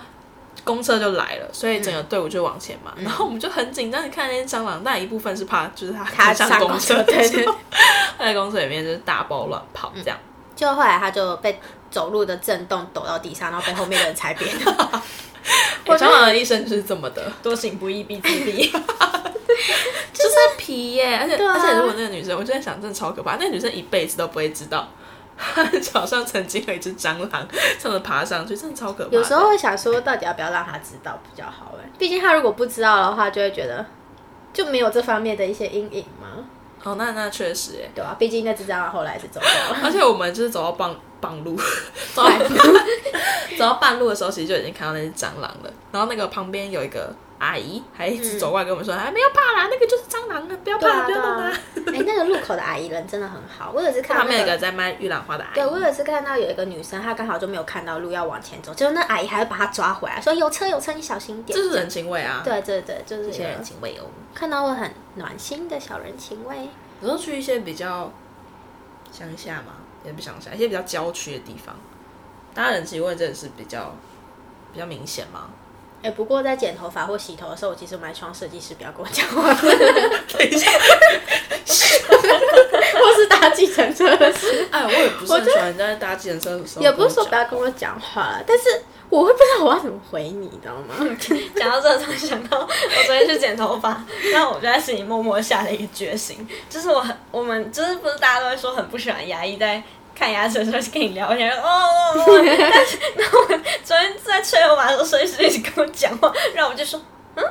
Speaker 3: 公车就来了，所以整个队伍就往前嘛。然后我们就很紧张的看那些蟑螂，但一部分是怕就是它
Speaker 1: 它
Speaker 3: 上
Speaker 1: 上
Speaker 3: 公
Speaker 1: 公车
Speaker 3: 的
Speaker 1: 对
Speaker 3: 时 (laughs)
Speaker 1: 对
Speaker 3: 候，它在公车里面就是大包乱跑这样。
Speaker 1: 就后来她就被走路的震动抖到地上，然后被后面的人踩扁。
Speaker 3: (laughs) 我哎蟑螂的一生就是这么的，
Speaker 4: 多行不义必自毙。
Speaker 3: (laughs) 就是皮耶、而且、
Speaker 1: 对啊
Speaker 3: 而且如果那个女生，我就在想，真的超可怕。那个女生一辈子都不会知道。 (laughs) 她脚上曾经有一只蟑螂，这样子爬上去，真的超可怕的。
Speaker 1: 有时候会想说，到底要不要让他知道比较好？哎，毕竟他如果不知道的话，就会觉得就没有这方面的一些阴影嘛，
Speaker 3: 哦，那那确实耶，
Speaker 1: 对吧、毕竟那只蟑螂后来是走掉
Speaker 3: (laughs)
Speaker 1: 了。
Speaker 3: 而且我们就是走到半半路， (laughs) 啊走到走到半路的时候，其实就已经看到那只蟑螂了。然后那个旁边有一个阿姨，还一直走过来跟我们说：“哎、没有怕啦，那个就是蟑螂啊，不要怕，
Speaker 1: 对啊，
Speaker 3: 不
Speaker 1: 对
Speaker 3: 要动它
Speaker 1: 啊。。哎、那个路口的阿姨人真的很好，我有一次”看到
Speaker 3: 旁边
Speaker 1: 那
Speaker 3: 有一个
Speaker 1: 个。
Speaker 3: 在卖玉兰花的阿姨，
Speaker 1: 对，我有一次看到有一个女生，她刚好就没有看到路要往前走，结果那阿姨还会把她抓回来，说有车有车，你小心点。
Speaker 3: 这是人情味啊，，
Speaker 1: 对对对，就是
Speaker 3: 一
Speaker 1: 一
Speaker 3: 些
Speaker 1: 个
Speaker 3: 人情味哦。
Speaker 1: 看到会很暖心的小人情味。
Speaker 3: 有时候去一些比较乡下嘛，也不乡下，一些比较郊区的地方，大家人情味真的是比较比较明显嘛。
Speaker 1: 哎、不过在剪头发或洗头的时候，我其实蛮希望设计师不要跟我讲话，
Speaker 3: (laughs)
Speaker 1: (laughs)
Speaker 3: 等一下，
Speaker 1: 或是搭计程车的时候。
Speaker 3: 哎，我也不是很喜欢在搭计程车的时候，
Speaker 1: 也不是说不要跟我讲话啦，但是我会不知道我要怎么回你，你知道吗？ (laughs)
Speaker 4: 讲到这，突然想到我昨天去剪头发， (laughs) 那我就在心里默默下了一个决心，就是我很我们就是不是大家都会说很不喜欢牙医在看牙齿的时候跟你聊天，哦哦哦，
Speaker 2: (laughs)
Speaker 4: 但是然后我昨天在吹头发的时候，随时一直跟我讲话，然后我就说
Speaker 3: 哎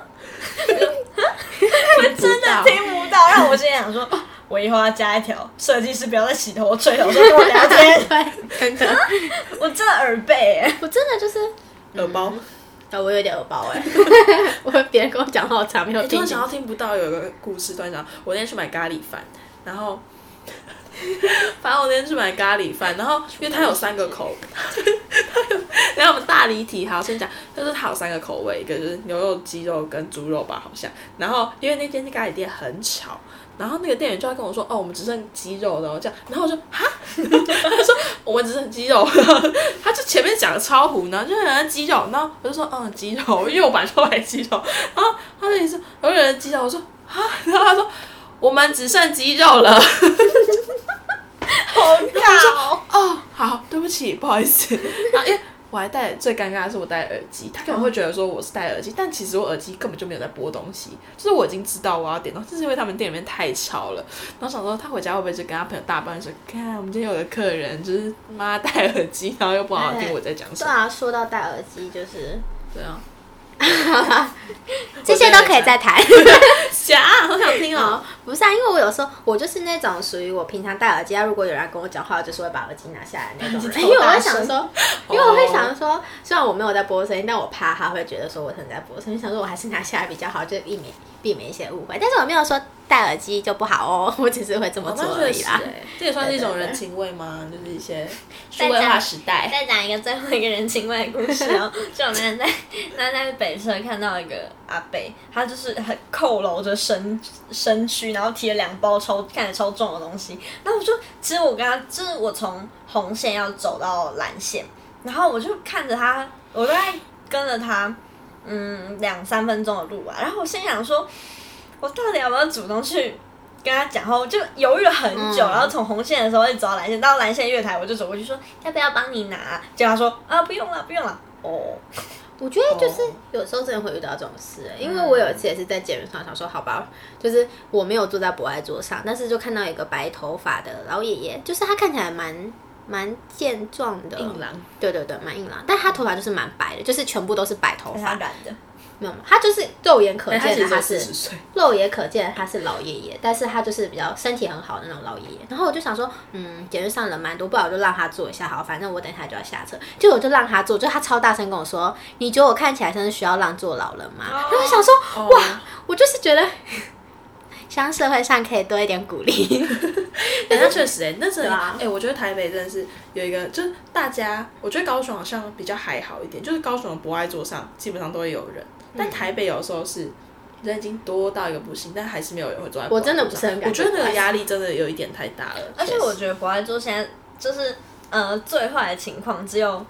Speaker 3: 真的
Speaker 4: 听不
Speaker 2: 哦
Speaker 4: 到，然后我心里想说。我以后要加一条，设计师不要再洗头、吹头，说跟我聊
Speaker 2: (laughs)
Speaker 4: 天。
Speaker 1: 真的，
Speaker 4: 我真的耳背耶、
Speaker 1: (laughs) 我真的就是，
Speaker 3: 耳包。
Speaker 1: 啊、我有点耳包哎、我别人跟我讲话，我常没有
Speaker 3: 哎突
Speaker 1: 听
Speaker 3: 然
Speaker 1: 进
Speaker 3: 想
Speaker 1: 去
Speaker 3: 到听不到有一个故事，突然想到我那天去买咖喱饭，然后 (laughs) 反正我那天去买咖喱饭，然后因为它有三个口， (laughs) 然后我们大离题，好先讲，就是它有三个口味，一个就是牛肉、鸡肉跟猪肉吧，好像。然后因为那间咖喱店很吵。然后那个店员就要跟我说：“哦，我们只剩鸡肉了。”这样，然后我就哈， (laughs) 他就说我们只剩鸡肉，然后他就前面讲的超糊，然后就 (laughs) 讲鸡肉，然后我就说 (laughs) 嗯鸡肉，因为我本来就买鸡肉， (laughs) 然后啊他就一直说有人鸡肉，我说啊，然后他说我们只剩鸡肉了， (laughs)
Speaker 4: 好尬哦！
Speaker 3: 哦，好，对不起，不好意思， (laughs) 然后因为。我还戴，最尴尬的是我戴耳机，他可能会觉得说我是戴耳机，但其实我耳机根本就没有在播东西，就是我已经知道我要点东西，就是因为他们店里面太吵了，然后想说他回家会不会就跟他朋友大半说，看我们今天有个客人就是妈戴耳机，然后又不好好听我在讲什
Speaker 1: 对
Speaker 3: 么，
Speaker 1: 啊，说到戴耳机，就是
Speaker 3: 对啊，
Speaker 1: 这些都可以再谈。
Speaker 3: 假，好想听哦，
Speaker 1: 哦，不是啊，因为我有时候我就是那种属于我平常戴耳机，啊，如果有人跟我讲话，我就是会把耳机拿下来那种 (laughs) 人。因为我会想说，因为我会想说，虽然我没有在播声音，但我怕他会觉得说我可能在播声音，想说我还是拿下来比较好，就避免避免一些误会。但是我没有说戴耳机就不好哦， (laughs) 我只是会这么
Speaker 3: 好
Speaker 1: 做
Speaker 3: 像
Speaker 1: 而
Speaker 3: 确
Speaker 1: 已
Speaker 3: 实
Speaker 1: 啦。
Speaker 3: 欸，这也算是一种
Speaker 1: 对对对
Speaker 3: 人情味吗？就是
Speaker 1: (laughs)
Speaker 3: 一些数位化时代，
Speaker 2: 再讲一个最后一个人情味的故事
Speaker 4: (laughs)
Speaker 2: 哦，就我那天在那天在北车看到一个阿北，
Speaker 4: 他就是很佝偻着身身躯，然后提了两包超看起来超重的东西。然后我就，其实我跟他，就是我从红线要走到蓝线，然后我就看着他，我大概跟了他，嗯，两三分钟的路吧。然后我心想说，我到底要不要主动去跟他讲话？我就犹豫了很久，
Speaker 1: 嗯
Speaker 4: 然后从红线的时候一直走到蓝线，到蓝线月台我就走过去说，要不要帮你拿？结果他说啊，不用了，不用了。哦，
Speaker 1: 我觉得就是
Speaker 3: 哦
Speaker 1: 有时候真的会遇到这种事、欸，因为我有一次也是在捷运上想说，好吧，就是我没有坐在博爱桌上，但是就看到一个白头发的老爷爷，就是他看起来蛮蛮健壮的，
Speaker 3: 硬朗，
Speaker 1: 对对对，蛮硬朗，但他头发就是蛮白的，就是全部都是白头
Speaker 4: 他
Speaker 1: 发，
Speaker 4: 染的，
Speaker 1: 没有，他就是肉眼可
Speaker 3: 哎他
Speaker 1: 见
Speaker 3: 其
Speaker 1: 的
Speaker 3: 实
Speaker 1: 他
Speaker 3: 四
Speaker 1: 是
Speaker 3: 十岁，
Speaker 1: 肉眼可见他是老爷爷，但是他就是比较身体很好的那种老爷爷。然后我就想说，嗯，节日上人蛮多，不然我就让他坐一下好了，反正我等一下就要下车。结果我就让他坐，就他超大声跟我说：“你觉得我看起来像是需要让座老人吗？”然后我想说，
Speaker 3: 哇，
Speaker 1: 我就是觉得， (laughs) 希望社会上可以多一点鼓励。 (laughs)
Speaker 3: 哎，那确实哎、那真的
Speaker 1: 对啊
Speaker 3: 哎、我觉得台北真的是有一个，就是大家，我觉得高雄好像比较还好一点，就是高雄的博爱桌上基本上都会有人，
Speaker 1: 嗯
Speaker 3: 但台北有时候是人已经多到一个不行，但还是没有人会坐在博爱
Speaker 1: 我真的
Speaker 3: 桌
Speaker 1: 不
Speaker 3: 上
Speaker 1: 是很敢
Speaker 3: 我觉得
Speaker 1: 坐
Speaker 3: 那个
Speaker 1: 博爱
Speaker 3: 压力真的有一点太大了，
Speaker 4: 而且我觉得博爱桌现在就是呃最坏的情况，只有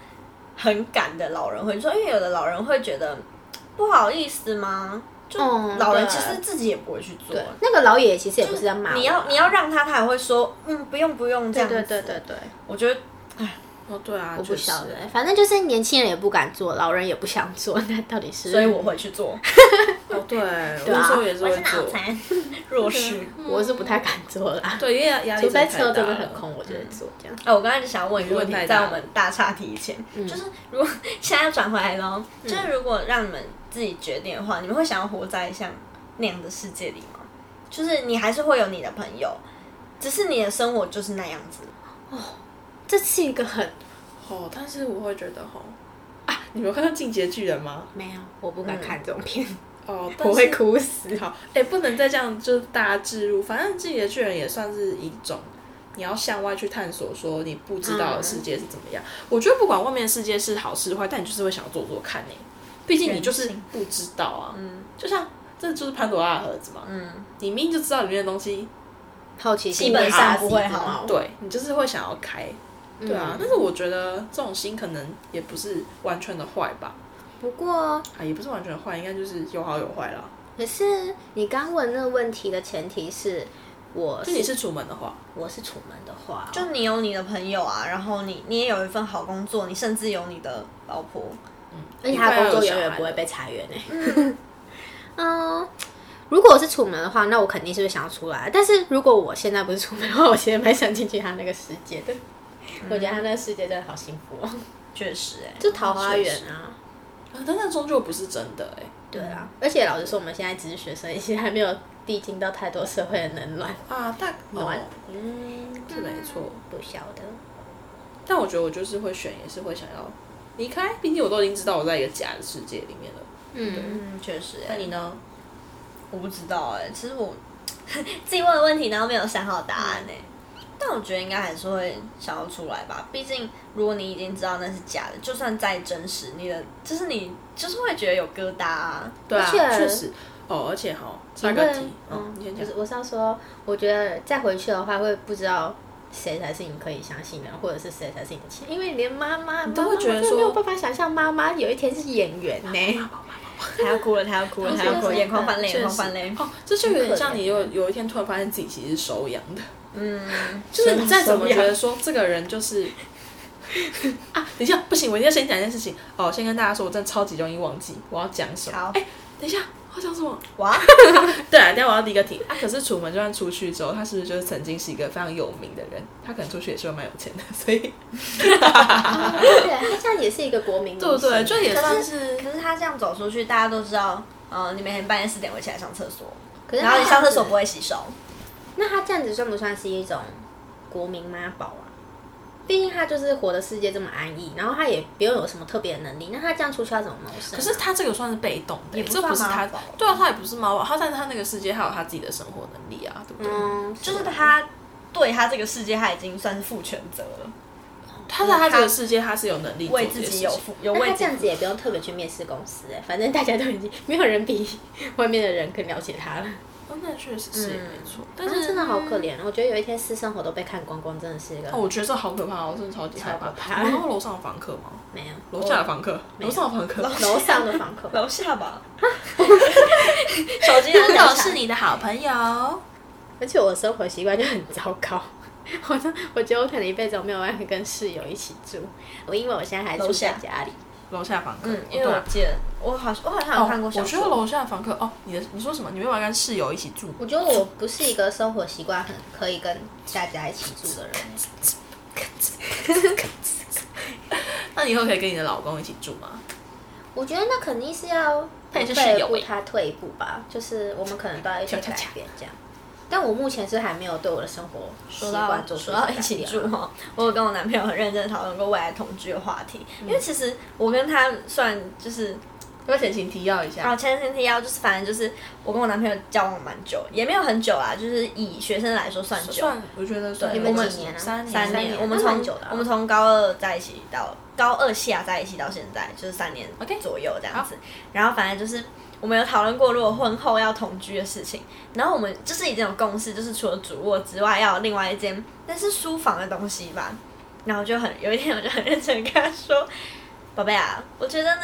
Speaker 4: 很赶的老人会做，因为有的老人会觉得嗯不好意思吗？就
Speaker 1: 嗯
Speaker 4: 老人
Speaker 1: 对
Speaker 4: 其实自己也不会去做，
Speaker 1: 对，那个老爷爷其实也不是在骂我
Speaker 4: 你要你要让他，他还会说嗯不用不用这
Speaker 1: 对
Speaker 4: 样子。
Speaker 1: 对对对对，
Speaker 4: 我觉得
Speaker 3: 哦对啊，
Speaker 1: 我不
Speaker 3: 确实
Speaker 1: 晓得，欸反正就是年轻人也不敢做，老人也不想做， (laughs) 那到底是？
Speaker 4: 所以我会去
Speaker 1: (laughs)
Speaker 4: 做，
Speaker 3: 哦对，我
Speaker 1: 啊
Speaker 3: 有时候也是
Speaker 2: 我
Speaker 3: 会
Speaker 2: 是脑
Speaker 3: 做，
Speaker 2: 残，
Speaker 4: 弱势。
Speaker 1: 我是不太敢做
Speaker 4: (laughs)
Speaker 1: 啦。
Speaker 3: 对，因为压力
Speaker 1: 除
Speaker 3: 真的
Speaker 1: 非
Speaker 3: 太
Speaker 1: 车
Speaker 3: 大
Speaker 1: 真的
Speaker 3: 了，
Speaker 1: 很空，我就会做这样。
Speaker 4: 哎、我刚才就想问一个问
Speaker 3: 问
Speaker 4: 题，
Speaker 3: 太
Speaker 4: 在
Speaker 3: 大嗯
Speaker 4: 我们大岔题以前，就是如果现在要转回来喽，就是如果让你们自己决定的话，你们会想要活在像那样的世界里吗？就是你还是会有你的朋友，只是你的生活就是那样子。
Speaker 1: 这是一个很
Speaker 3: 哦，但是我会觉得哦，啊，你们有看到《进阶巨人》吗？
Speaker 1: 没有，我不敢看这种片，
Speaker 4: 嗯
Speaker 3: 哦，
Speaker 1: 我
Speaker 3: 但
Speaker 1: 会
Speaker 3: 是
Speaker 1: 哭死。
Speaker 3: 好，哎、不能再这样，就是大家置入。反正《进击的巨人》也算是一种，你要向外去探索，说你不知道的世界是怎么样。
Speaker 1: 嗯
Speaker 3: 我觉得不管外面的世界是好是坏，但你就是会想要做做看呢、毕竟你就是不知道啊。嗯，就像这就是潘多拉的盒子嘛。嗯，你明明就知道里面的东西，
Speaker 1: 好奇
Speaker 4: 基
Speaker 1: 心
Speaker 4: 本
Speaker 1: 会
Speaker 4: 上
Speaker 1: 杀
Speaker 4: 不
Speaker 1: 死
Speaker 4: 会
Speaker 1: 一只
Speaker 4: 好
Speaker 1: 猫，
Speaker 3: 对你就是会想要开。
Speaker 1: 嗯
Speaker 3: 对啊，但是我觉得这种心可能也不是完全的坏吧，
Speaker 1: 不过，
Speaker 3: 啊，也不是完全的坏，应该就是有好有坏啦。
Speaker 1: 可是你刚问那个问题的前提是，我
Speaker 3: 就你
Speaker 1: 是
Speaker 3: 是楚门的话，
Speaker 1: 我是楚门的话，
Speaker 4: 就你有你的朋友啊，然后你你也有一份好工作，你甚至有你的老婆。
Speaker 1: 而且他的工作永远不会被裁员欸呢、 (laughs) 嗯，如果我是楚门的话，那我肯定是想要出来。但是如果我现在不是楚门的话，我其实蛮想进去他那个世界的。我觉得他那个世界真的好幸福哦，
Speaker 4: 确实、欸，哎，
Speaker 1: 就桃花源啊。
Speaker 3: 啊，但那终究不是真的哎、
Speaker 1: 对啊，而且老实说，我们现在只是学生，其实还没有历经到太多社会的冷暖，
Speaker 3: 啊，大
Speaker 1: 暖
Speaker 3: 哦，嗯，是没错。
Speaker 1: 不晓得。
Speaker 3: 但我觉得我就是会选，也是会想要离开，毕竟我都已经知道我在一个假的世界里面了。
Speaker 1: 嗯，
Speaker 4: 嗯，确实、欸。
Speaker 3: 那你呢？
Speaker 4: 我不知道哎、其实我 (laughs) 自己问的问题，然后没有想好答案哎、
Speaker 3: 嗯
Speaker 4: 但我觉得应该还是会想要出来吧，毕竟如果你已经知道那是假的，就算再真实，你的就是你就是会觉得有疙瘩、啊。
Speaker 3: 对啊，
Speaker 1: 而且
Speaker 3: 确实哦，而且哈，
Speaker 1: 你
Speaker 3: 下
Speaker 1: 问
Speaker 3: 个题，
Speaker 1: 嗯
Speaker 3: 嗯，你先，
Speaker 1: 就
Speaker 3: 讲
Speaker 1: 是。我是要说，我觉得再回去的话，会不知道谁才是你可以相信的人，或者是谁才是你的亲，因为你连妈妈，
Speaker 3: 你都会
Speaker 1: 妈妈
Speaker 3: 觉得
Speaker 1: 我真的
Speaker 3: 说
Speaker 1: 没有办法想象妈妈有一天是演员
Speaker 3: (laughs)
Speaker 1: 呢。
Speaker 4: 他要哭了，他要哭
Speaker 3: 哦
Speaker 4: 了，他要哭了，眼眶泛泪，眼
Speaker 3: 确
Speaker 4: 眶
Speaker 3: 实
Speaker 4: 泛泪。
Speaker 3: 哦，这就有点像你
Speaker 1: 很
Speaker 3: 有有一天突然发现自己其实是手痒的，
Speaker 4: 嗯，
Speaker 3: 就是你再怎么觉
Speaker 4: 手
Speaker 3: 得
Speaker 4: 痒
Speaker 3: 说这个人
Speaker 4: (laughs)
Speaker 3: 就是。啊，等一下，不行，我一定要先讲一件事情哦。先跟大家说，我真的超级容易忘记我要讲什么。
Speaker 4: 好
Speaker 3: 哎、等一下，我要讲什么？
Speaker 4: 哇，
Speaker 3: 对啊，等一下我要第一个题啊。可是楚门就算出去之后，他是不是就是曾经是一个非常有名的人？他可能出去也是会蛮有钱的， (laughs) 所以
Speaker 1: 对，她现在也是一个国民明
Speaker 3: 对不
Speaker 1: 星，
Speaker 3: 对？就也
Speaker 4: 可
Speaker 3: 算
Speaker 4: 是
Speaker 3: 是
Speaker 4: 可是他这样走出去，大家都知道，呃，你每天半夜四点会起来上厕所，
Speaker 1: 可是
Speaker 3: 啊
Speaker 4: 然
Speaker 1: 她
Speaker 4: 后你上厕所
Speaker 1: 这样子
Speaker 4: 不会洗手，
Speaker 1: 那她这样子算不算是一种国民妈宝啊？毕竟他就是活的世界这么安逸，然后他也不用有什么特别的能力，那他这样出去要怎么谋生啊？
Speaker 3: 可是他这个算是被动的、欸
Speaker 4: 也不
Speaker 3: 这
Speaker 4: 算
Speaker 3: 不是他
Speaker 4: 妈宝
Speaker 3: 对啊，他也不是妈宝，他但是他那个世界还有他自己的生活能力啊，对不对？
Speaker 1: 嗯，就
Speaker 4: 就是他对他这个世界，他已经算是负全责了，
Speaker 3: 他在他这个世界他是有能力做
Speaker 4: 为
Speaker 3: 这
Speaker 4: 自
Speaker 3: 些事
Speaker 4: 己
Speaker 3: 情
Speaker 4: 有。负有
Speaker 1: 那
Speaker 4: 为
Speaker 1: 他这
Speaker 4: 自
Speaker 1: 样
Speaker 4: 己
Speaker 1: 子也不用特别去面试公司、哎，反正大家都已经没有人比 (laughs) 外面的人更了解他了。
Speaker 3: 哦那确实是也没错，但
Speaker 1: 啊
Speaker 3: 是
Speaker 1: 真的好可怜，我觉得有一天私生活都被看光光，真的是一个、
Speaker 3: 哦，我觉得这好可怕，我真的超级害怕。
Speaker 1: 超可怕
Speaker 3: 你们看过楼上的房客吗？
Speaker 1: 没有
Speaker 3: 楼下的房客， (laughs) 楼上的房客，
Speaker 1: (laughs) 楼上的房客
Speaker 4: 楼下 (laughs) 吧，手机拿
Speaker 3: 那
Speaker 4: 楼
Speaker 3: 我
Speaker 4: 下
Speaker 3: 是你的好朋友。
Speaker 1: 而且我的生活习惯就很糟糕。 (laughs) 我都我觉得我可能一辈子我没有办法跟室友一起住，我因为我现在还住
Speaker 4: 楼
Speaker 1: 在
Speaker 4: 下
Speaker 1: 家里，
Speaker 3: 楼下房客，
Speaker 4: 嗯，因为我
Speaker 3: 对啊
Speaker 4: 记得我好像我好像有
Speaker 3: 哦
Speaker 4: 看过，小
Speaker 3: 我觉得
Speaker 4: 说，
Speaker 3: 楼下的房客哦，你的你说什么？你没有办法跟室友一起住？
Speaker 1: 我觉得我不是一个生活习惯很可以跟大家一起住的人。
Speaker 3: 那你以后可以跟你的老公一起住吗？
Speaker 1: 我觉得那肯定是要
Speaker 3: 配是
Speaker 1: 不得
Speaker 3: 室友
Speaker 1: 不
Speaker 3: 欸
Speaker 1: 他退一步吧，就是我们可能都要一起
Speaker 3: 恰恰
Speaker 1: 改
Speaker 3: 恰
Speaker 1: 变这样。但我目前是还没有对我的生活习
Speaker 4: 说
Speaker 1: 惯
Speaker 4: 到
Speaker 1: 做出
Speaker 4: 说到
Speaker 1: 改
Speaker 4: 一起
Speaker 1: 变
Speaker 4: 住
Speaker 1: 啊
Speaker 4: 哈，我有跟我男朋友很认真地讨论过未来同居的话题，因为其实我跟他算就是
Speaker 3: 要前情提要一
Speaker 4: 然
Speaker 3: 下
Speaker 4: 后，前前提要就是，反正就是我跟我男朋友交往蛮久，也没有很久啊，就是以学生来说算久，
Speaker 3: 算我觉得算
Speaker 4: 你
Speaker 3: 我
Speaker 4: 们
Speaker 3: 们
Speaker 1: 几年啊
Speaker 3: 三
Speaker 4: 三
Speaker 1: 三
Speaker 4: 年。
Speaker 1: 年
Speaker 4: 我们
Speaker 1: 那蛮
Speaker 4: 从
Speaker 1: 久的啊
Speaker 4: 我们从高二在一起到高二下在一起到现在，就是三年
Speaker 3: OK
Speaker 4: 左右这样子。然后反正就是我们有讨论过，如果婚后要同居的事情，然后我们就是已经有共识，就是除了主卧之外，要有另外一间那是书房的东西吧。然后就很有一天，我就很认真地跟他说：“宝贝啊，我觉得呢，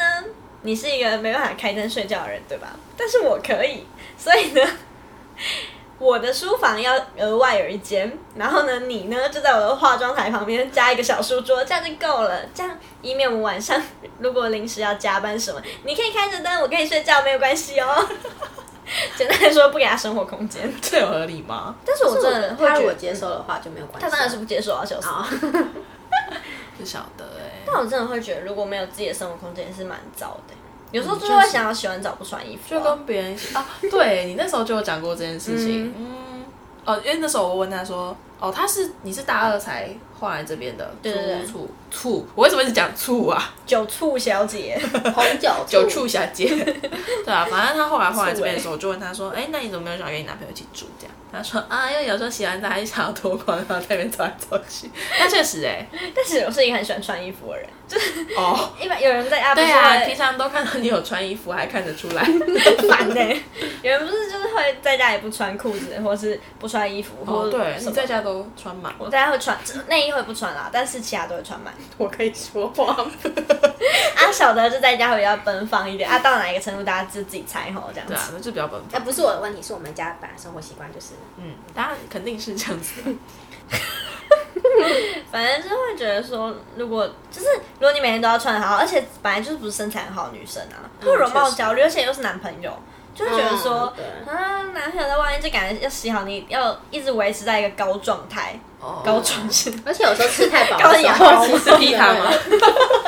Speaker 4: 你是一个没办法开灯睡觉的人，对吧？但是我可以，所以呢，我的书房要额外有一间，然后呢，你呢就在我的化妆台旁边加一个小书桌，这样就够了。这样，以免我们晚上如果临时要加班什么，你可以开着灯，我可以睡觉，没有关系哦。简单来说，不给他生活空 (laughs) 间。
Speaker 3: 这有合理吗？
Speaker 4: 但是我真的会
Speaker 1: 他
Speaker 4: 觉
Speaker 1: 如果
Speaker 4: 得，
Speaker 1: 接受的话就没有关系啊。
Speaker 4: 他当然是不接受啊，就
Speaker 1: (laughs)
Speaker 4: 是。
Speaker 1: 好，
Speaker 3: 不晓得哎、
Speaker 4: 但我真的会觉得，如果没有自己的生活空间，也是蛮糟的。有时候就会想要洗完澡不穿衣服、啊，
Speaker 3: 就跟别人一起啊，对你那时候就有讲过这件事情，嗯，哦，因为那时候我问他说，哦，他是你是大二才换来这边的，
Speaker 4: 对对对
Speaker 3: 醋醋，我为什么一直讲醋啊？
Speaker 4: 酒醋小 (laughs) 姐，
Speaker 1: 红酒
Speaker 3: 酒
Speaker 1: 醋
Speaker 3: 醋小姐，哦 (laughs) 对啊，反正他后来换来这边的时候，我就问他说，哎、那你怎么没有想跟你男朋友一起住？这样，他说啊，因为有时候洗完澡还想要脱光，然后在那边走来走去，那确实哎、
Speaker 4: 但是我是一个很喜欢穿衣服的人，就是
Speaker 3: 哦。
Speaker 4: 一般有人在
Speaker 3: (laughs)
Speaker 4: 啊，
Speaker 3: 对啊，平
Speaker 4: 平常
Speaker 3: 常都看到你有穿衣服，还看得 (laughs) 出来。
Speaker 4: 烦呢、
Speaker 3: 欸
Speaker 4: (laughs) 有人不是就是会在家里不穿裤子，或是不穿衣服，或
Speaker 3: 哦，
Speaker 4: 者
Speaker 3: 对，
Speaker 4: 什
Speaker 3: 你
Speaker 4: 么
Speaker 3: 在家都穿满
Speaker 4: 我
Speaker 3: 了。
Speaker 4: 在家会穿内衣会不穿啦，但是其他都会穿满。
Speaker 3: 我可以说话 (laughs) 吗？
Speaker 4: 啊，小的就在家会比较奔放一点，啊，到哪一个程度大家自自己猜吼这样
Speaker 3: 对啊
Speaker 4: 子。，
Speaker 3: 那就比较本
Speaker 1: 哎，
Speaker 3: 分。
Speaker 1: 不是我的问题，是我们家本来生活习惯就是，
Speaker 3: 嗯，当然肯定是这样子的。
Speaker 4: 反正就会觉得说，如果就是如果你每天都要穿得好，而且本来就是不是身材很好的女生啊，
Speaker 3: 嗯
Speaker 4: 会有容貌焦虑，而且又是男朋友，就会觉得说、
Speaker 1: 嗯对
Speaker 4: 啊，男朋友在外面就感觉要洗好，你要一直维持在一个高状态，
Speaker 3: 哦
Speaker 4: 高状是
Speaker 1: 嗯而且有时候吃太饱
Speaker 4: (laughs) 高
Speaker 1: 的时
Speaker 4: 雅
Speaker 1: 候，
Speaker 4: 高
Speaker 1: 其实
Speaker 3: 是劈他吗？ (laughs)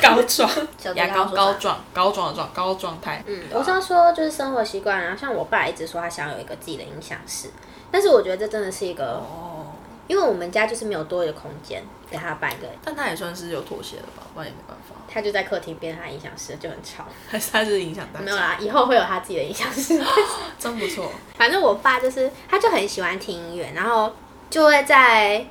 Speaker 3: 高壮，
Speaker 1: 小
Speaker 3: 牙
Speaker 1: 猪
Speaker 3: 膏
Speaker 1: 刚刚说
Speaker 3: 高
Speaker 1: 啥
Speaker 3: 壮，高壮的壮，高状态。嗯，
Speaker 1: (laughs) 我是要说，就是生活习惯啊，像我爸一直说他想要有一个自己的音响室，但是我觉得这真的是一个，
Speaker 3: 哦，
Speaker 1: 因为我们家就是没有多余的空间给他摆一个，
Speaker 3: 但他也算是有妥协了吧，不然也没办法。 (laughs)
Speaker 1: 他就在客厅边，他的音响室就很吵。
Speaker 3: 还是他就是影响大
Speaker 1: 没有
Speaker 3: 家，
Speaker 1: 啦，以后会有他自己的音响室。
Speaker 3: (laughs) 真不错。
Speaker 1: 反正我爸就是，他就很喜欢听音乐，然后就会在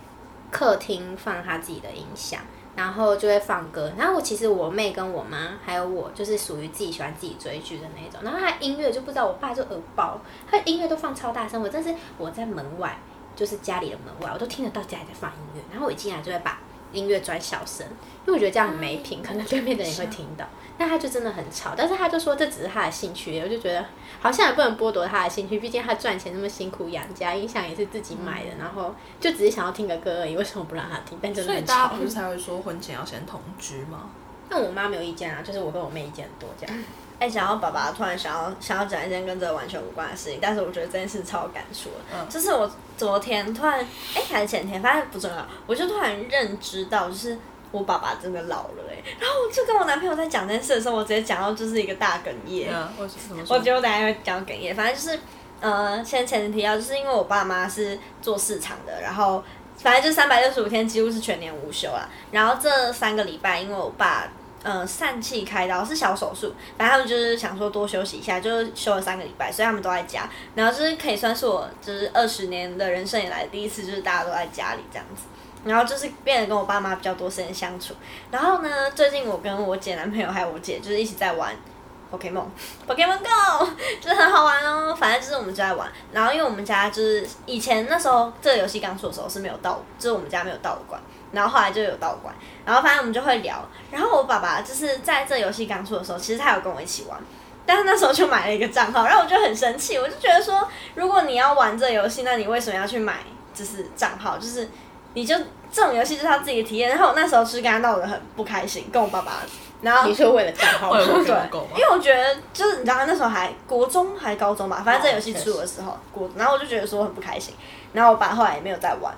Speaker 1: 客厅放他自己的音响，然后就会放歌。然后我其实我妹跟我妈还有我，就是属于自己喜欢自己追剧的那一种。然后他音乐就不知道，我爸就耳包，他音乐都放超大声，我但是我在门外，就是家里的门外，我都听得到家里在放音乐。然后我一进来就会把音乐转小声，因为我觉得这样很没品，可能对面的人也会听到。那他就真的很吵，但是他就说这只是他的兴趣，我就觉得好像也不能剥夺他的兴趣，毕竟他赚钱那么辛苦养家，音响也是自己买
Speaker 5: 嗯
Speaker 1: 的，然后就只是想要听个歌而已，为什么不让他听？但真的
Speaker 3: 所以
Speaker 1: 很
Speaker 3: 大
Speaker 1: 吵
Speaker 3: 家。不是才会说婚前要先同居吗？
Speaker 1: 那我妈没有意见啊，就是我跟我妹意见很多这样。
Speaker 4: 哎、想要爸爸突然想要想要讲一件跟这个完全无关的事情，但是我觉得这件事超有感触的。
Speaker 3: 嗯
Speaker 4: 就是我昨天突然，哎、还是前天，反正不重要，我就突然认知到，就是我爸爸真的老了哎、然后我就跟我男朋友在讲这件事的时候，我直接讲到就是一个大哽咽。
Speaker 3: 嗯，我怎么说？
Speaker 4: 我觉得我等一下会讲哽咽，反正就是，呃，先前提要就是因为我爸妈是做市场的，然后反正就三百六十五天几乎是全年无休啦。然后这三个礼拜，因为我爸呃疝气开刀是小手术，反正他们就是想说多休息一下，就是休了三个礼拜，所以他们都在家。然后就是可以算是我就是二十年的人生以来第一次，就是大家都在家里这样子。然后就是变得跟我爸妈比较多时间相处。然后呢，最近我跟我姐男朋友还有我姐就是一起在玩 Pokemon (laughs) Pokemon Go，就是 (laughs) 很好玩哦。反正就是我们就在玩。然后因为我们家就是以前那时候这个游戏刚出的时候是没有道，就是我们家没有道馆，然后后来就有道馆。然后反正我们就会聊。然后我爸爸就是在这游戏刚出的时候，其实他有跟我一起玩。但是那时候就买了一个账号，然后我就很生气，我就觉得说，如果你要玩这游戏，那你为什么要去买就是账号？就是你就这种游戏就是他自己的体验。然后我那时候就是跟他闹得很不开心，跟我爸爸，然后
Speaker 5: 你说为了账号
Speaker 1: 哎
Speaker 3: 为了
Speaker 5: 吗？
Speaker 3: 我狗狗吗
Speaker 4: 因？为我觉得就是你知道他那时候还国中还高中吧，反正这游戏出的时候，国然后我就觉得说很不开心，然后我爸后来也没有再玩。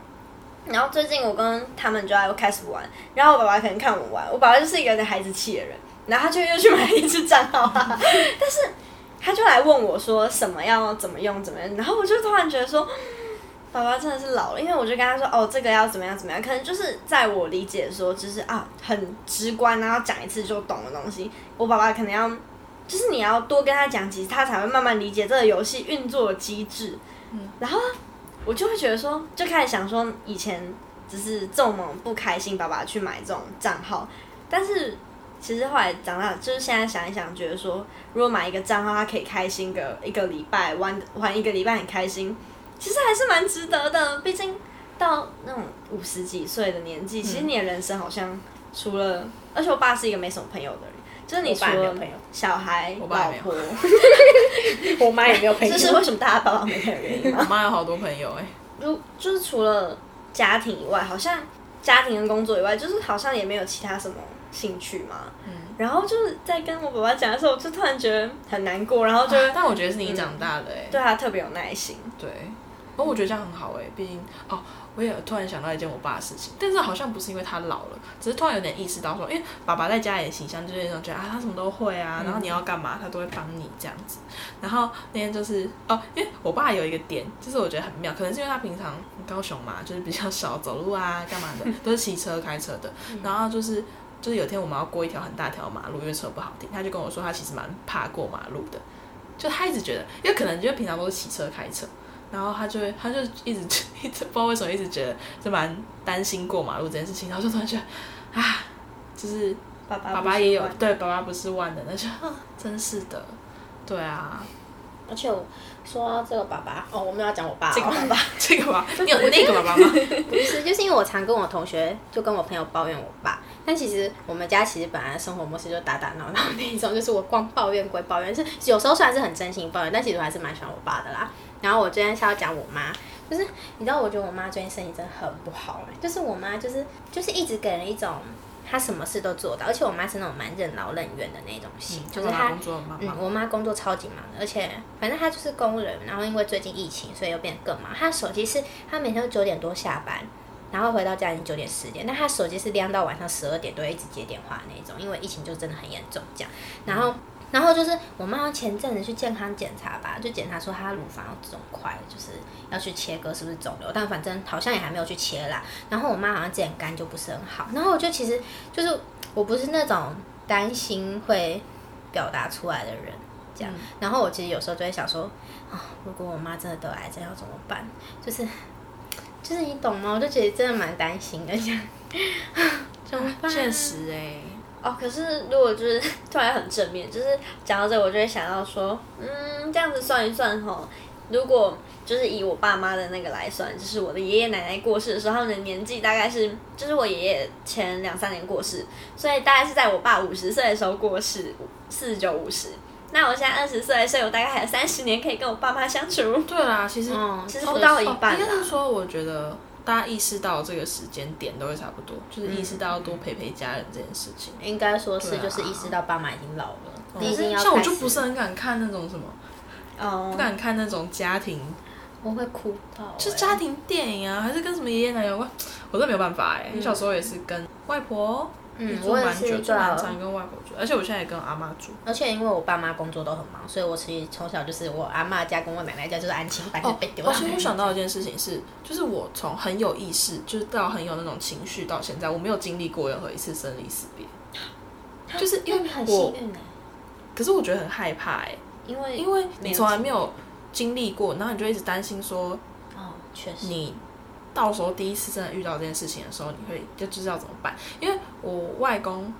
Speaker 4: 然后最近我跟他们就要开始玩，然后我爸爸可能看我玩，我爸爸就是一个有点孩子气的人，然后他就又去买一只账号啊，但是他就来问我说什么要怎么用怎么用，然后我就突然觉得说，爸爸真的是老了，因为我就跟他说哦这个要怎么样怎么样，可能就是在我理解说就是啊很直观，然后讲一次就懂的东西，我爸爸可能要，就是你要多跟他讲几次，他才会慢慢理解这个游戏运作的机制。
Speaker 5: 嗯
Speaker 4: 然后我就会觉得说，就开始想说，以前只是这么不开心，爸爸去买这种账号，但是其实后来长大，就是现在想一想，觉得说，如果买一个账号，他可以开心个一个礼拜，玩玩一个礼拜很开心，其实还是蛮值得的，毕竟。到那种五十几岁的年
Speaker 5: 嗯
Speaker 4: 纪，其实你的人生好像除了，而且我爸是一个没什么朋友的人，就是你
Speaker 5: 我
Speaker 4: 除
Speaker 5: 爸也没有
Speaker 4: 了
Speaker 5: 朋友
Speaker 4: 小孩、
Speaker 3: 我爸
Speaker 4: 老
Speaker 3: 也没有
Speaker 4: 婆，
Speaker 5: 我妈也没有朋友，
Speaker 4: (laughs) 这是为什么大家爸爸没朋友的原因
Speaker 3: 我
Speaker 4: 吗？
Speaker 3: 妈有好多朋友哎、
Speaker 4: 如就是除了家庭以外，好像家庭跟工作以外，就是好像也没有其他什么兴趣嘛。
Speaker 3: 嗯
Speaker 4: 然后就是在跟我爸爸讲的时候，我就突然觉得很难过，然后就
Speaker 3: 但我觉得是你长大了哎、
Speaker 4: 对他特别有耐心。
Speaker 3: 对，不过我觉得这样很好哎、毕竟哦，我也突然想到一件我爸的事情，但是好像不是因为他老了，只是突然有点意识到说，因为爸爸在家里的形象就是那种觉得啊，他什么都会啊，然后你要干嘛他都会帮你这样子。然后那天就是哦，因为我爸有一个点，就是我觉得很妙，可能是因为他平常高雄嘛，就是比较少走路啊，干嘛的，都是骑车开车的，然后就是。就是有一天我们要过一条很大条的马路，因为车不好停，他就跟我说他其实蛮怕过马路的，就他一直觉得，因为可能就平常都是骑车开车，然后他就会，他就一直 (laughs) 一直不知道为什么一直觉得就蛮担心过马路这件事情，然后就突然觉得啊，就是
Speaker 4: 爸爸
Speaker 3: 爸
Speaker 4: 爸
Speaker 3: 爸也有对爸爸不是万能的，就啊真是的，对啊， (laughs)
Speaker 5: 而且我说到这个爸爸，哦，我们要讲我爸、哦，
Speaker 3: 这个爸爸，这个爸，爸，你有那个爸爸 (laughs) 吗？
Speaker 1: (laughs) 不是，就是因为我常跟我同学，就跟我朋友抱怨我爸，但其实我们家其实本来的生活模式就打打闹闹那一种，就是我光抱怨归抱怨，是有时候虽然是很真心抱怨，但其实我还是蛮喜欢我爸的啦。然后我今天是要讲我妈，就是你知道，我觉得我妈最近身体真的很不好、欸，就是我妈就是就是一直给人一种她什么事都做到，而且我妈是那种蛮任劳任怨的那种型，就是
Speaker 3: 爸爸
Speaker 1: 她
Speaker 3: 工作妈
Speaker 1: 嗯
Speaker 3: 妈，，
Speaker 1: 我妈工作超级忙的，而且反正她就是工人，然后因为最近疫情，所以又变得更忙。她手机是她每天都九点多下班，然后回到家已经九点十点，但她手机是亮到晚上十二点都会一直接电话那种，因为疫情就真的很严重这样。然后然后就是我妈前阵子去健康检查吧，就检查说她乳房有肿块，就是要去切割是不是肿瘤，但反正好像也还没有去切啦。然后我妈好像之前肝就不是很好，然后我就其实就是我不是那种担心会表达出来的人。这
Speaker 3: 嗯
Speaker 1: 样，然后我其实有时候就会想说，啊、如果我妈真的得癌症要怎么办？就是，就是你懂吗？我就觉得真的蛮担心的，这样，怎么办？
Speaker 3: 现实哎，
Speaker 4: 哦，可是如果就是突然很正面，就是讲到这，我就会想到说，嗯，这样子算一算吼，如果就是以我爸妈的那个来算，就是我的爷爷奶奶过世的时候，他们的年纪大概是，就是我爷爷前两三年过世，所以大概是在我爸五十岁的时候过世，四十九五
Speaker 3: (laughs)
Speaker 4: 十。那我现在二十岁，所以我大概还有三十年可以跟我爸妈相处。
Speaker 3: 对啦，其实
Speaker 1: 嗯，
Speaker 4: 其实
Speaker 1: 就
Speaker 4: 不
Speaker 1: 是
Speaker 4: 到一
Speaker 3: 哦
Speaker 4: 半
Speaker 3: 应该是
Speaker 4: 啦
Speaker 3: 说，我觉得大家意识到这个时间点都会差不多，就是意识到要多陪陪家人这件事情。
Speaker 1: 应该说是
Speaker 3: 对啊
Speaker 1: 就是意识到爸妈已经老了，你已经要
Speaker 3: 像我
Speaker 1: 开
Speaker 3: 就
Speaker 1: 始
Speaker 3: 不是很敢看那种什么，
Speaker 4: 哦
Speaker 3: 不，敢看那种家庭
Speaker 1: 我会哭到、
Speaker 3: 就
Speaker 1: 欸
Speaker 3: 家庭电影啊，还是跟什么爷爷奶奶有关，我真的没有办法哎、欸。小时候也是跟外婆、
Speaker 2: 嗯，
Speaker 3: 住
Speaker 2: 我也
Speaker 3: 蛮久，
Speaker 2: 是
Speaker 3: 就
Speaker 2: 对
Speaker 3: 蛮
Speaker 2: 啊，
Speaker 3: 常跟外婆住，而且我现在也跟阿妈住。
Speaker 5: 而且因为我爸妈工作都很忙，所以我其实从小就是我阿妈家跟我奶奶家就是安亲班就
Speaker 2: 哎
Speaker 5: 被丢到
Speaker 3: 而且
Speaker 5: 那
Speaker 3: 哦我
Speaker 5: 里
Speaker 3: 想到一件事情是，就是我从很有意识，就是到很有那种情绪，到现在我没有经历过任何一次生离死别，就是因为
Speaker 2: 很
Speaker 3: 我
Speaker 2: 幸，运欸
Speaker 3: 可是我觉得很害怕哎、
Speaker 2: 因为
Speaker 3: 因为你从来没
Speaker 2: 有
Speaker 3: 有经历过，然后你就一直担心说
Speaker 2: 哦，确实
Speaker 3: 你到时候第一次真的遇到这件事情的时候，你会就知道怎么办。因为我外公，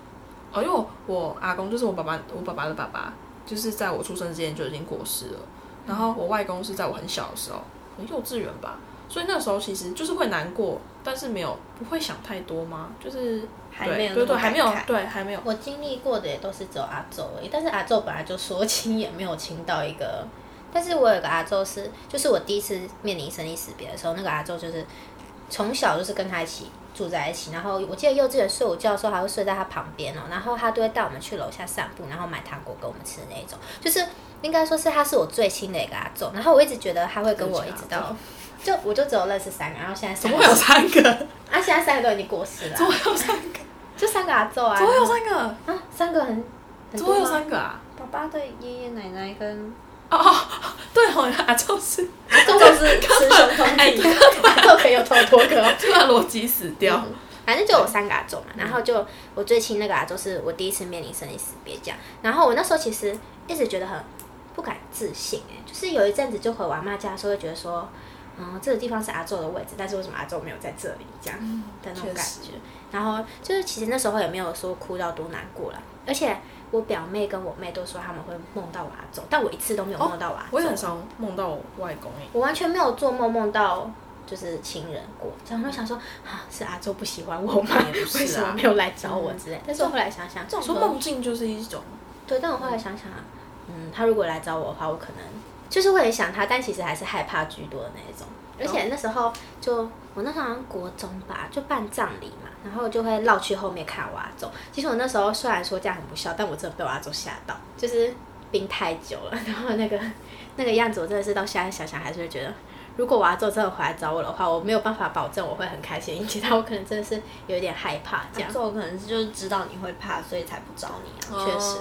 Speaker 3: 哦，因为我我阿公就是我爸爸，我爸爸的爸爸，就是在我出生之前就已经过世了。然后我外公是在我很小的时候，很幼稚园吧，所以那时候其实就是会难过，但是没有不会想太多吗？就是
Speaker 2: 还
Speaker 3: 对
Speaker 2: 没有
Speaker 3: 对
Speaker 2: 那么
Speaker 3: 对，还没有
Speaker 2: 感慨
Speaker 3: 对还没有
Speaker 5: 我经历过的也都是只有阿昼而已，但是阿昼本来就说亲也没有亲到一个，
Speaker 1: 但是我有个阿周是，就是我第一次面临生离死别的时候，那个阿周就是从小就是跟他一起住在一起，然后我记得幼稚园睡午觉的时候还会睡在他旁边哦，然后他都会带我们去楼下散步，然后买糖果给我们吃的那一种，就是应该说是他是我最亲的一个阿周，然后我一直觉得他会跟我一直到，
Speaker 5: 就我就只有认识三个，然后现在
Speaker 3: (laughs) 怎
Speaker 5: 三
Speaker 3: 么
Speaker 5: 个
Speaker 3: 会有三个？
Speaker 5: 啊，现在三个都已经过世了
Speaker 3: 怎
Speaker 5: 啊、
Speaker 3: 么会
Speaker 1: (laughs)
Speaker 3: 有三个？
Speaker 5: 就三个阿昼啊
Speaker 3: 怎，么会有三个？
Speaker 5: 啊，三个很很
Speaker 3: 怎么
Speaker 5: 多
Speaker 3: 会有
Speaker 5: 吗？
Speaker 3: 三个啊？
Speaker 4: 爸爸的爷爷奶奶
Speaker 3: (laughs)
Speaker 4: 跟
Speaker 3: 哦哦，对哦，啊就是 (laughs)
Speaker 1: (laughs)
Speaker 5: 阿昼就是雌雄同
Speaker 3: 哎你
Speaker 5: 体， (laughs) 阿昼可以有头多个哦。
Speaker 3: 突然逻辑死掉。
Speaker 1: 反正就有三个阿周嘛，然后就我最亲那个阿周是我第一次面临生离死别这样，然后我那时候其实一直觉得很不敢置信哎、就是有一阵子就回我阿妈家的时候会觉得说，嗯，这个地方是阿周的位置，但是为什么阿周没有在这里这样的那种
Speaker 3: 嗯确
Speaker 1: 感
Speaker 3: 实
Speaker 1: 觉，然后就是其实那时候也没有说哭到多难过了，而且我表妹跟我妹都说他们会梦到我阿周，但我一次都没有
Speaker 3: 哦
Speaker 1: 梦到我阿周、
Speaker 3: 我也很常梦到我外公欸诶，
Speaker 1: 我完全没有做梦梦到就是亲人过，然后就想说啊，是阿周不喜欢我吗？
Speaker 3: 也不是
Speaker 1: (laughs)
Speaker 3: 啊嗯
Speaker 1: 为什么没有来找我之类？但是我后来想想，这
Speaker 3: 说
Speaker 1: 种
Speaker 3: 梦境就是一种，
Speaker 1: 对，但我后来想想啊，嗯，他如果来找我的话，我可能就是会很想他，但其实还是害怕居多的那一种。而且那时候就我那时候好像国中吧，就办葬礼嘛，然后就会绕去后面看我阿周。其实我那时候虽然说这样很不孝，但我真的被我阿周吓到，就是冰太久了， (laughs) 然后那个那个样子，我真的是到现在想想还是会觉得。如果我阿周真的回来找我的话，我没有办法保证我会很开心， (laughs) 但我可能真的是有点害怕
Speaker 3: (laughs)
Speaker 1: 这样
Speaker 4: 阿。宙，可能就是知道你会怕，所以才不找你啊。
Speaker 3: 确实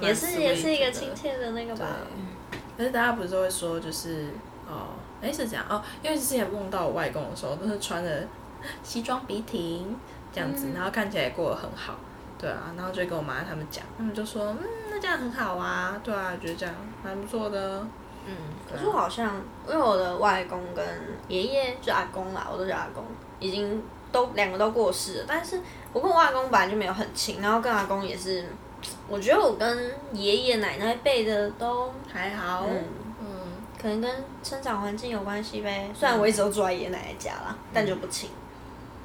Speaker 4: 也是也是一个
Speaker 3: 亲
Speaker 4: 亲
Speaker 3: 戚。
Speaker 4: 切的那个吧。嗯
Speaker 3: 可是大家不是都会说就是哦，哎是这样哦，因为之前梦到我外公的时候，都是穿着西装笔挺这样
Speaker 4: 嗯
Speaker 3: 子，然后看起来过得很好，对啊，然后就跟我妈他们讲，他们就说嗯，那这样很好啊，对啊，觉得这样蛮不错的，
Speaker 1: 嗯
Speaker 4: 可是我好像因为我的外公跟爷爷就阿公啦，我都叫阿公，已经都两个都过世了。但是我跟我外公本来就没有很亲，然后跟阿公也是，我觉得我跟爷爷奶奶辈的都
Speaker 3: 还好，
Speaker 4: 嗯
Speaker 3: 嗯
Speaker 4: 可能跟生长环境有关系呗。虽然我一直都住在爷爷奶奶家啦，但就不亲。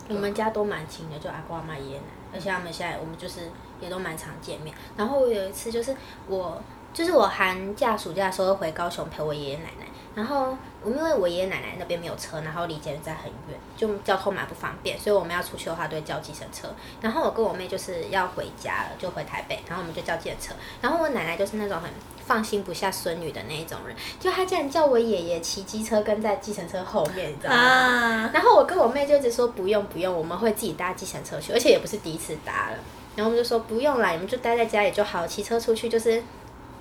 Speaker 1: 我们家都蛮亲的，就阿公阿妈、爷爷奶奶，而且他们现在我们就是也都蛮常见面。然后我有一次就是我就是我寒假暑假的时候回高雄陪我爷爷奶奶，然后因为我爷爷奶奶那边没有车，然后离捷运站很远，就交通蛮不方便，所以我们要出去的话都会叫计程车。然后我跟我妹就是要回家了，就回台北，然后我们就叫计程车。然后我奶奶就是那种很放心不下孙女的那一种人，就她竟然叫我爷爷骑机车跟在计程车后面，你知道吗？
Speaker 4: 啊，
Speaker 1: 然后我跟我妹就一直说不用不用，我们会自己搭计程车去，而且也不是第一次搭了。然后我们就说不用啦，你们就待在家里就好，骑车出去就是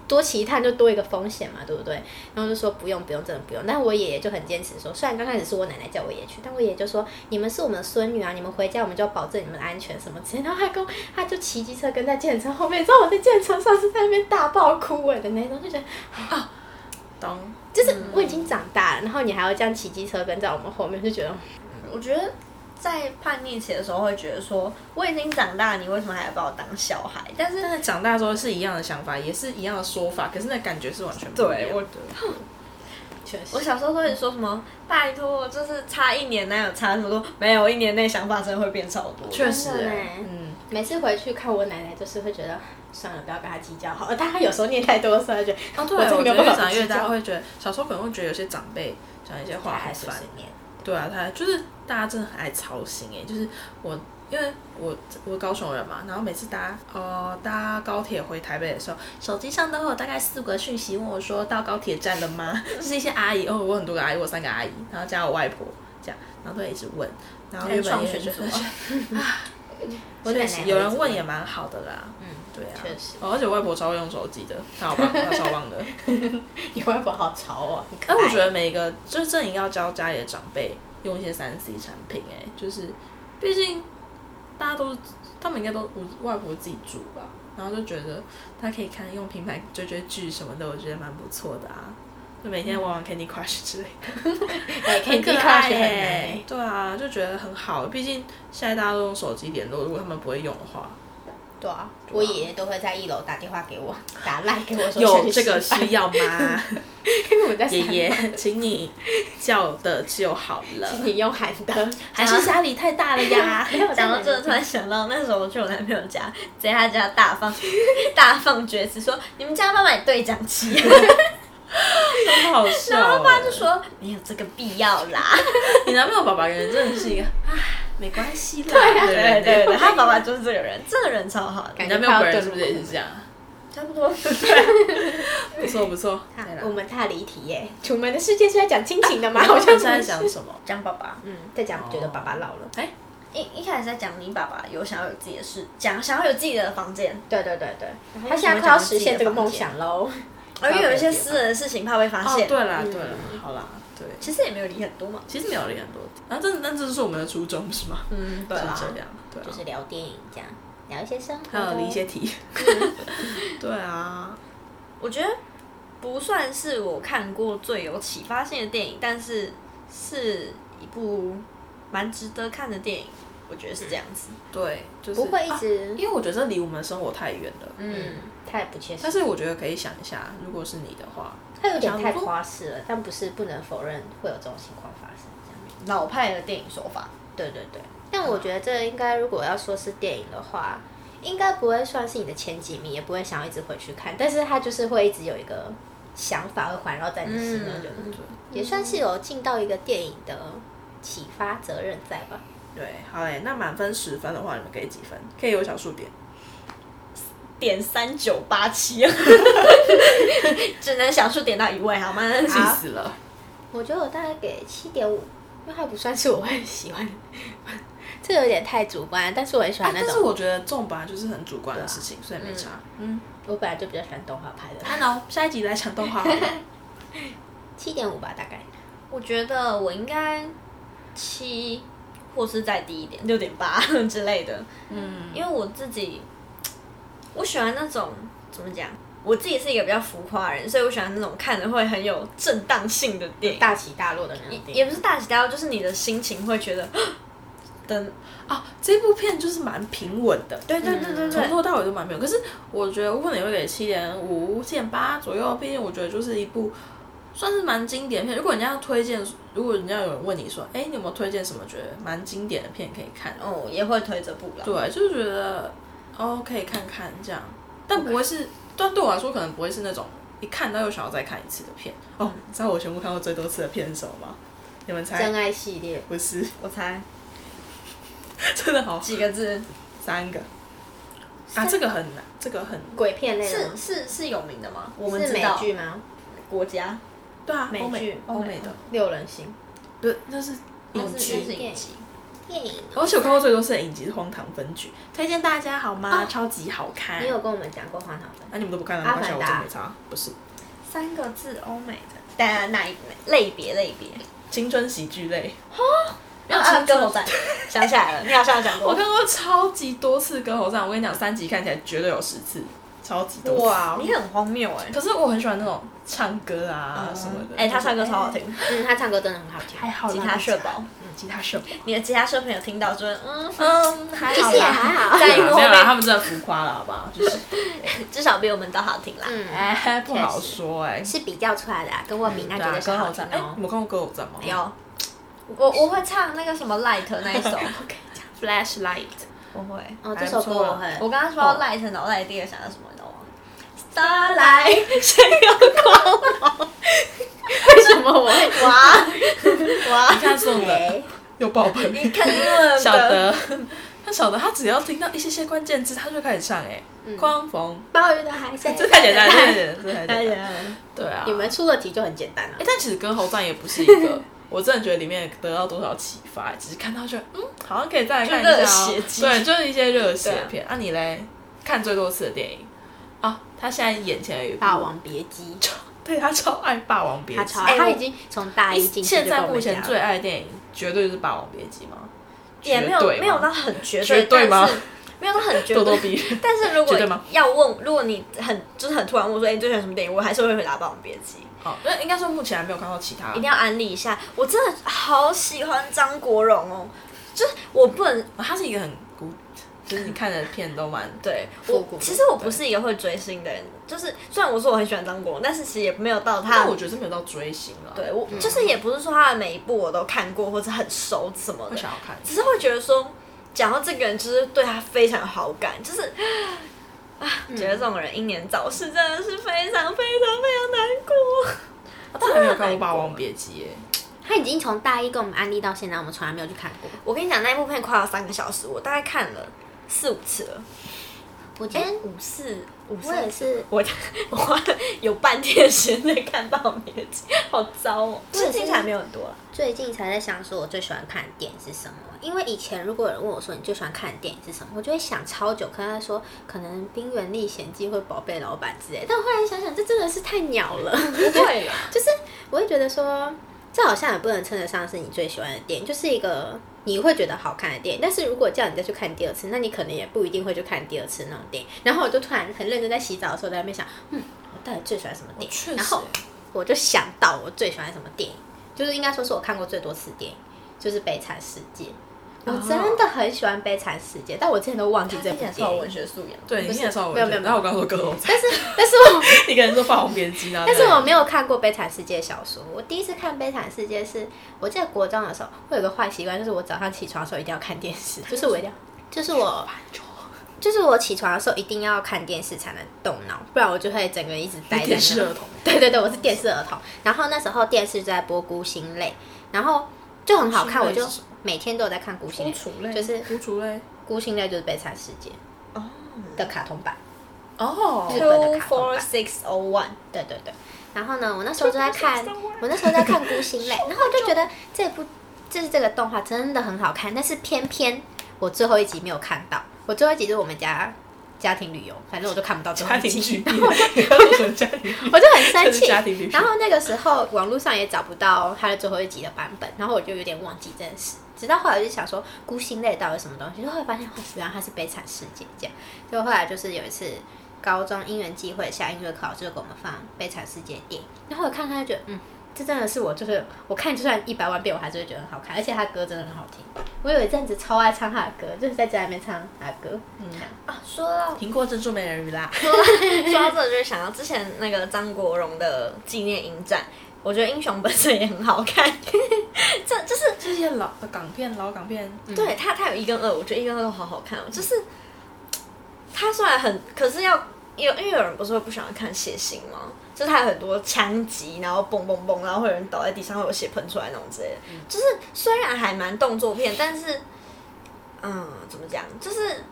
Speaker 1: 多骑一趟就多一个风险嘛，对不对？然后就说不用不用，真的不用。但我爷爷就很坚持说，虽然刚开始是我奶奶叫我爷爷去，但我爷爷就说你们是我们的孙女啊，你们回家我们就要保证你们的安全什么之类的。然后他跟我他就骑机车跟在计程车后面，你知道我在计程车上是在那边大爆哭哎的那种，就觉得
Speaker 3: 懂，
Speaker 1: 就是我已经长大了，然后你还要这样骑机车跟在我们后面，就觉得 (laughs)
Speaker 4: 我觉得在叛逆期的时候会觉得说，我已经长大，你为什么还要把我当小孩？但是
Speaker 3: 但是长大之后是一样的想法，也是一样的说法，可是那感觉是完全不一样的。
Speaker 4: 对我
Speaker 1: 确实
Speaker 4: 我小时候都会说什么，拜托，就是差一年哪有差那么多？没有，一年内想法真的会变超多。
Speaker 3: 确实、
Speaker 1: 真的
Speaker 3: 欸
Speaker 1: 欸，
Speaker 3: 嗯，
Speaker 1: 每次回去看我奶奶，就是会觉得算了，不要跟她计较
Speaker 5: (laughs)
Speaker 1: 好了。但她有时候念太多的时候，她觉得、
Speaker 3: 啊，对，
Speaker 1: 我真
Speaker 3: 我
Speaker 1: 的没
Speaker 3: 觉
Speaker 1: 有办
Speaker 3: 得越
Speaker 1: 法
Speaker 3: 长
Speaker 1: 不
Speaker 3: 越
Speaker 1: 计
Speaker 3: 大
Speaker 1: 较
Speaker 3: 会觉得，小时候可能会觉得有些长辈讲一些话
Speaker 1: 还
Speaker 3: 很
Speaker 1: 是随
Speaker 3: 烦，
Speaker 1: 便。
Speaker 3: 对啊，他就是大家真的很爱操心哎、就是我因为我我高雄人嘛，然后每次搭呃搭高铁回台北的时候，手机上都会有大概四五个讯息问我说到高铁站了吗？ (laughs) 就是一些阿姨哦，我很多个阿姨，我有三个阿姨，然后加我外婆这样，然后都会一直问，然后原本
Speaker 4: 创
Speaker 3: (laughs) 也
Speaker 4: 选
Speaker 3: 觉
Speaker 4: 组
Speaker 3: 得啊，
Speaker 5: 我奶奶
Speaker 3: 有人
Speaker 5: (laughs)
Speaker 3: 问也蛮好的啦。嗯，对啊，
Speaker 5: 确实
Speaker 3: 哦而且外婆超会用手机的，她好棒，她超棒的。
Speaker 5: 你外婆好潮哦，很可
Speaker 3: 哎，
Speaker 5: 爱
Speaker 3: 我觉得每一个就是这应该要教家里的长辈用一些三 C 产品、哎，就是毕竟大家都他们应该都我外婆自己住吧，然后就觉得她可以看用平板追追剧什么的，我觉得蛮不错的啊。就每天玩玩 Candy Crush 之类的，
Speaker 5: 哎 Candy
Speaker 3: 可
Speaker 5: Crush
Speaker 3: 爱
Speaker 5: 很
Speaker 3: 哎
Speaker 5: 难。
Speaker 3: 对啊，就觉得很好。毕竟现在大家都用手机联络，如果他们不会用的话，
Speaker 5: 对啊，我爷爷都会在一楼打电话给我，打赖给我说
Speaker 3: 有哎这
Speaker 5: 下
Speaker 3: 个
Speaker 5: 去吃饭
Speaker 3: 需要吗？
Speaker 5: (laughs) 我在
Speaker 3: 爷
Speaker 5: 三楼
Speaker 3: 爷，请你叫的就好了。
Speaker 5: 你用喊的，
Speaker 3: 还是家里太大了呀？
Speaker 4: (laughs) 讲到这个，突然想到那时候我去我男朋友家，在他家
Speaker 3: (laughs)
Speaker 4: 大放大放厥词，说你们家要不要买对讲机？
Speaker 3: (laughs) 很好笑欸。
Speaker 4: 然后他爸就说没有这个必要啦。
Speaker 3: 你男朋友爸爸人真的是一个，唉，没关系啦。
Speaker 4: 对对对
Speaker 3: 对
Speaker 4: 对，他爸爸就是这个人，这个人超好的，
Speaker 3: 你男朋友本人是不是也是这样？
Speaker 4: 差不多。
Speaker 3: 不错不错。
Speaker 5: (laughs) 我们太离题耶。楚门的世界是在讲亲情的
Speaker 3: (laughs)
Speaker 5: 吗？好
Speaker 3: 我们
Speaker 5: 像
Speaker 3: 现在 (laughs) 讲什么？
Speaker 4: 讲爸爸，嗯，
Speaker 5: 在讲，觉得爸爸老了。
Speaker 3: 哎，
Speaker 4: 一一开始在讲你爸爸有想要有自己的事，讲想要有自己的房间，
Speaker 5: 对对对对，他现在快要实现这个梦哎想喽。
Speaker 4: 而且有一些私人的事情怕被发
Speaker 3: 哦，
Speaker 4: 现。
Speaker 3: 对啦对啦，好啦，对。
Speaker 4: 其实也没有理很多嘛。
Speaker 3: 其实没有理很多，然后但但这就是我们的初衷是吗？
Speaker 4: 嗯，对
Speaker 3: 是
Speaker 4: 啦。
Speaker 3: 这样，对啊。
Speaker 1: 就是聊电影这样，聊一些生活
Speaker 3: 还有
Speaker 1: 的
Speaker 3: 理一些题。 (laughs) 对啊，
Speaker 4: 我觉得不算是我看过最有启发性的电影，但是是一部蛮值得看的电影，我觉得是这样子。
Speaker 3: 对，就是
Speaker 1: 不会一直
Speaker 3: 啊因为我觉得这离我们生活太远了。
Speaker 5: 嗯，太不切
Speaker 3: 但
Speaker 5: 实际，
Speaker 3: 是我觉得可以想一下，如果是你的话，
Speaker 5: 他有点太夸饰了，但不是不能否认会有这种情况发生。这样，
Speaker 4: 老派的电影手法，
Speaker 5: 对对对，
Speaker 1: 但我觉得这应该，如果要说是电影的话，应该不会算是你的前几名，也不会想要一直回去看。但是它就是会一直有一个，
Speaker 5: 想法会环绕在你心里，我觉得
Speaker 1: 嗯
Speaker 3: 对
Speaker 1: 也算是有尽到一个电影的启发责任在吧。
Speaker 3: 对，好嘞，那满分十分的话，你们给几分？可以有小数点。
Speaker 4: 点三九八七， (laughs) 只能想数点到一位好吗？ (laughs)
Speaker 3: 气死了！
Speaker 1: 我觉得我大概给七点五，因为它不算是我会喜欢的， (laughs) 这有点太主观。但是我很喜欢那
Speaker 3: 啊但是
Speaker 1: 种，
Speaker 3: 我觉得中本来就是很主观的事情，所以没差。嗯，
Speaker 5: 我本来就比较喜欢动画拍的。
Speaker 3: 安哦，下一集来讲动 (laughs) 画好了。
Speaker 1: 七点五吧，大概。
Speaker 4: 我觉得我应该七，或是再低一点，六点八 (laughs) 之类的。
Speaker 3: 嗯，
Speaker 4: 因为我自己，我喜欢那种怎么讲？我自己是一个比较浮夸的人，所以我喜欢那种看着会很有震荡性的电影，
Speaker 5: 大起大落的那种电
Speaker 4: 也
Speaker 5: 影，
Speaker 4: 不是大起大落，就是你的心情会觉得等，
Speaker 3: 啊，这部片就是蛮平稳的，
Speaker 4: 对对对对
Speaker 3: 从
Speaker 4: 对，
Speaker 3: 头到尾都蛮平稳。可是我觉得我可能会给七点五、七点八左右，毕竟我觉得就是一部算是蛮经典的片。如果人家要推荐，如果人家有人问你说，哎，你有没有推荐什么觉得蛮经典的片可以看？
Speaker 4: 哦，也会推着步了。
Speaker 3: 对，就是觉得哦，可以看看这样，但不会是，但对我来说可能不会是那种一看到又想要再看一次的片。哦，你知道我全部看过最多次的片是什么吗？你们猜
Speaker 1: 真？爱系列，
Speaker 3: 不是， (laughs)
Speaker 4: 我猜
Speaker 3: 真的好，
Speaker 4: 几个字
Speaker 3: 三个啊，这个很难，这个很
Speaker 1: 鬼片类的
Speaker 4: 是
Speaker 1: 吗
Speaker 4: 是是有名的吗？啊我们
Speaker 1: 是
Speaker 4: 知
Speaker 1: 美
Speaker 4: 道
Speaker 1: 剧吗？
Speaker 4: 国家
Speaker 3: 对啊，
Speaker 5: 美
Speaker 3: 欧
Speaker 5: 剧
Speaker 3: 美欧美的，
Speaker 5: 六人行，
Speaker 3: 不是，那是影
Speaker 4: 是
Speaker 3: 集。
Speaker 4: 是影集，
Speaker 1: 电影，
Speaker 3: 而且我看过最多次的影集是《荒唐分局》，推荐大家好吗？超级好看。
Speaker 1: 你有跟我们讲过《荒唐分
Speaker 3: 啊，你们都不看了，
Speaker 1: 阿
Speaker 3: 没关系，
Speaker 1: 凡
Speaker 3: 我真
Speaker 1: 达
Speaker 3: 没差。不是
Speaker 4: 三个字欧美的，但哪一类别类别？
Speaker 3: 青春喜剧类，
Speaker 4: 然后歌 (laughs) 喉战，啊想起来了，你好像有讲
Speaker 3: 我
Speaker 4: 过。
Speaker 3: 看过超级多次《歌喉战》，我跟你讲，三集看起来绝对有十次，超级多次。哇！
Speaker 4: 你很荒谬哎、
Speaker 3: 可是我很喜欢那种唱歌啊什么的。
Speaker 4: 哎、他唱歌超好听，》。
Speaker 1: 嗯，他唱歌真的很好听，
Speaker 3: 还好啦，
Speaker 4: 吉他社保，
Speaker 3: 吉他社保。
Speaker 4: 你的吉他社朋友听到就会 (laughs) 嗯，
Speaker 3: 嗯，还好
Speaker 1: 其实也还好。
Speaker 4: 在
Speaker 3: 没
Speaker 4: 幕
Speaker 3: 有
Speaker 4: 后
Speaker 3: 啦，
Speaker 4: 面
Speaker 3: 他们真的浮夸了，好不好？就是
Speaker 4: 至少比我们都好听啦。
Speaker 1: 嗯，
Speaker 3: 哎，不
Speaker 4: (laughs)
Speaker 3: 好说哎。
Speaker 1: 是比较出来的、啊，跟我比，那
Speaker 3: 对
Speaker 1: 绝
Speaker 3: 啊
Speaker 1: 对是
Speaker 3: 歌
Speaker 1: 好
Speaker 3: 喉
Speaker 1: 听
Speaker 3: 战，
Speaker 1: 的
Speaker 3: 哎
Speaker 1: 哦。，
Speaker 3: 你们看过歌喉战吗？
Speaker 4: 有，我我会唱那个什么 Light 那 (laughs) 一首，Flashlight，我会。
Speaker 1: 哦，这首歌我会，
Speaker 4: 我刚刚说到 Light，脑袋里第一个想到什么，你知道吗？Starlight，谁有光芒？ (laughs) 为什么我会 (laughs) 哇
Speaker 3: 你看中了，又爆棚。
Speaker 4: 你看英文
Speaker 3: 晓得，他晓得，他只要听到一些些关键字，他就开始唱哎，
Speaker 4: 嗯
Speaker 3: 狂风，
Speaker 1: 鲍鱼的海
Speaker 4: (laughs)
Speaker 1: 鲜，
Speaker 3: 这太简单了，
Speaker 4: 哎
Speaker 3: 这太简单了，这太简单了，对啊。
Speaker 5: 你们出的题就很简单了
Speaker 3: 哎
Speaker 4: (laughs)
Speaker 3: 哎、。但其实歌喉战也不是一个我真的觉得里面得到多少启发，只是看到觉得嗯，好像可以再来看一
Speaker 4: 就热
Speaker 3: 下、
Speaker 4: 血
Speaker 3: 哦，
Speaker 4: 激
Speaker 3: 对，就是一些热血
Speaker 4: 对啊
Speaker 3: 片。啊，你嘞看最多次的电影啊？他现在眼前有一部《
Speaker 1: 霸，王别姬》，
Speaker 3: 对他超爱《霸王别姬
Speaker 1: 他》，超
Speaker 4: 哎
Speaker 1: 爱，他
Speaker 4: 我
Speaker 1: 已经从大一进去
Speaker 3: 现
Speaker 1: 就跟
Speaker 3: 在
Speaker 1: 我
Speaker 3: 目
Speaker 1: 们讲
Speaker 3: 前
Speaker 1: 了
Speaker 3: 最爱的电影绝对就是《霸王别姬》嘛，
Speaker 4: 也没有
Speaker 3: 绝对吗
Speaker 4: 没有到很绝
Speaker 3: 绝
Speaker 4: 对，
Speaker 3: 对吗
Speaker 4: 但是没有到很绝
Speaker 3: 咄咄
Speaker 4: 对。
Speaker 3: 逼人。
Speaker 4: 但是如果
Speaker 3: (laughs) 绝对吗
Speaker 4: 要问，如果你很就是很突然问我说，哎、你最喜欢什么电影？我还是会回答《霸王别姬》，
Speaker 3: 好，哦那应该说目前还没有看到其他
Speaker 4: 一定要安利一下。我真的好喜欢张国荣哦，就是我不能
Speaker 3: 哦他是一个很古，就是你看的片都蛮
Speaker 4: 对
Speaker 3: 复
Speaker 4: 我
Speaker 3: 古，的
Speaker 4: 其实我不是一个会追星的人，就是虽然我说我很喜欢张国荣，但是其实也没有到他
Speaker 3: 但我觉得是没嗯有到追星了，
Speaker 4: 对我、就是也不是说他的每一部我都看过或者很熟什么
Speaker 3: 会
Speaker 4: 的，
Speaker 3: 想要看。
Speaker 4: 只是会觉得说讲到这个人，就是对他非常有好感，就是 (sighs) 啊，觉得这种人英年早逝真的是非常非常非常难过。
Speaker 3: 我真的没有看过《霸王别姬》耶，
Speaker 1: 他已经从大一跟我们安利到现在，我们从来没有去看过。
Speaker 4: 我跟你讲，那一部片快要三个小时，我大概看了四五次了，
Speaker 1: 我今
Speaker 4: 哎、
Speaker 1: 天
Speaker 4: 五四五
Speaker 1: 我也
Speaker 4: 四。
Speaker 1: 是，
Speaker 4: 我我花了有半天的时间在看《霸王别姬》，好糟哦！
Speaker 1: 我也
Speaker 4: 最
Speaker 1: 是
Speaker 4: 近才没有很多啦。
Speaker 1: 最近才在想说，我最喜欢看的电影是什么？因为以前如果有人问我说你最喜欢看的电影是什么，我就会想超久，跟他说可能《冰原历险记》或《宝贝老板》之类。但我后来想想，这真的是太鸟了，
Speaker 4: 对啦，
Speaker 1: 就是我会觉得说，这好像也不能称得上是你最喜欢的电影，就是一个你会觉得好看的电影。但是如果叫你再去看第二次，那你可能也不一定会去看第二次那种电影。然后我就突然很认真在洗澡的时候在那边想，嗯，我到底最喜欢什么电
Speaker 3: 确
Speaker 1: 影？
Speaker 3: 实
Speaker 1: 然后我就想到我最喜欢什么电影，就是应该说是我看过最多次电影，就是《悲惨世界》。我真的很喜欢《悲惨世界》，哦但我之前都忘记这部电影。
Speaker 4: 学素养。
Speaker 3: 对，你也稍微
Speaker 1: 没有没有没有
Speaker 3: 然后我刚刚说各
Speaker 4: (laughs)
Speaker 3: 种，
Speaker 1: (laughs) 但是，但是我
Speaker 3: 一个人说《霸王别姬》啊呢，
Speaker 1: 但是我没有看过《悲惨世界》小说，我第一次看《悲惨世界》是我记得国中的时候，我有个坏习惯，就是我早上起床的时候一定要看电视，就是我一定要，就是我，就是我起床的时候一定要看电视才能动脑，不然我就会整个人一直待
Speaker 3: 对你
Speaker 1: 在
Speaker 3: 电视
Speaker 1: 那。
Speaker 3: 儿童，
Speaker 1: (laughs) 对对对，我是电视儿童。然后那时候电视就在播《孤星泪》，然后就很好看，
Speaker 3: 孤
Speaker 1: 我
Speaker 3: 星泪
Speaker 1: 就是
Speaker 3: 什么
Speaker 1: 每天都有在看《孤星泪》，就是《
Speaker 3: 无竹嘞，
Speaker 1: 孤星泪》就是《悲惨世界》
Speaker 4: 哦
Speaker 1: 的卡通版。
Speaker 3: 哦，
Speaker 1: 日本的
Speaker 4: Two
Speaker 1: 卡通
Speaker 4: four
Speaker 1: 版
Speaker 4: six o one，
Speaker 1: 对对对。然后呢，我那时候就在看，我那时候在看《孤星泪》，然后我就觉得这部就是这个动画真的很好看，但是偏偏我最后一集没有看到，我最后一集是我们家家庭旅游，反正我就看不到最后
Speaker 3: 家
Speaker 1: 一
Speaker 3: 庭剧
Speaker 4: (laughs)
Speaker 1: 集，
Speaker 3: 变，为什么家庭剧变？
Speaker 1: 我就很生
Speaker 3: 这是
Speaker 1: 气
Speaker 3: 家庭旅。行
Speaker 1: 然后那个时候网络上也找不到它的最后一集的版本，然后我就有点忘记这件事。直到后来我就想说，孤星泪到底是什么东西？就后来发现，哦，原来它是悲惨世界这样。就后来就是有一次高中因缘际会下音乐课老师就给我们放《悲惨世界》的电影，然后我看看就觉得，嗯，这真的是我就是我看就算一百万遍我还是会觉得很好看，而且他歌真的很好听。我有一阵子超爱唱他的歌，就是在家里面唱他的歌。嗯，
Speaker 4: 啊，说到
Speaker 3: 苹果珍珠美人鱼
Speaker 4: (laughs)
Speaker 3: 啦，
Speaker 4: 说到这，就是想到之前那个张国荣的纪念影展，我觉得《英雄本色》也很好看。这就是
Speaker 3: 这些老呃港片、老港片，
Speaker 4: 对他，他有一跟二，我觉得一跟二都好好看哦。就是他虽然很，可是要有，因为有人不是会不喜欢看血腥吗？就是他有很多枪击，然后嘣嘣嘣，然后会有人倒在地上，会有血喷出来那种之类的。就是虽然还蛮动作片，但是嗯，怎么讲，就是。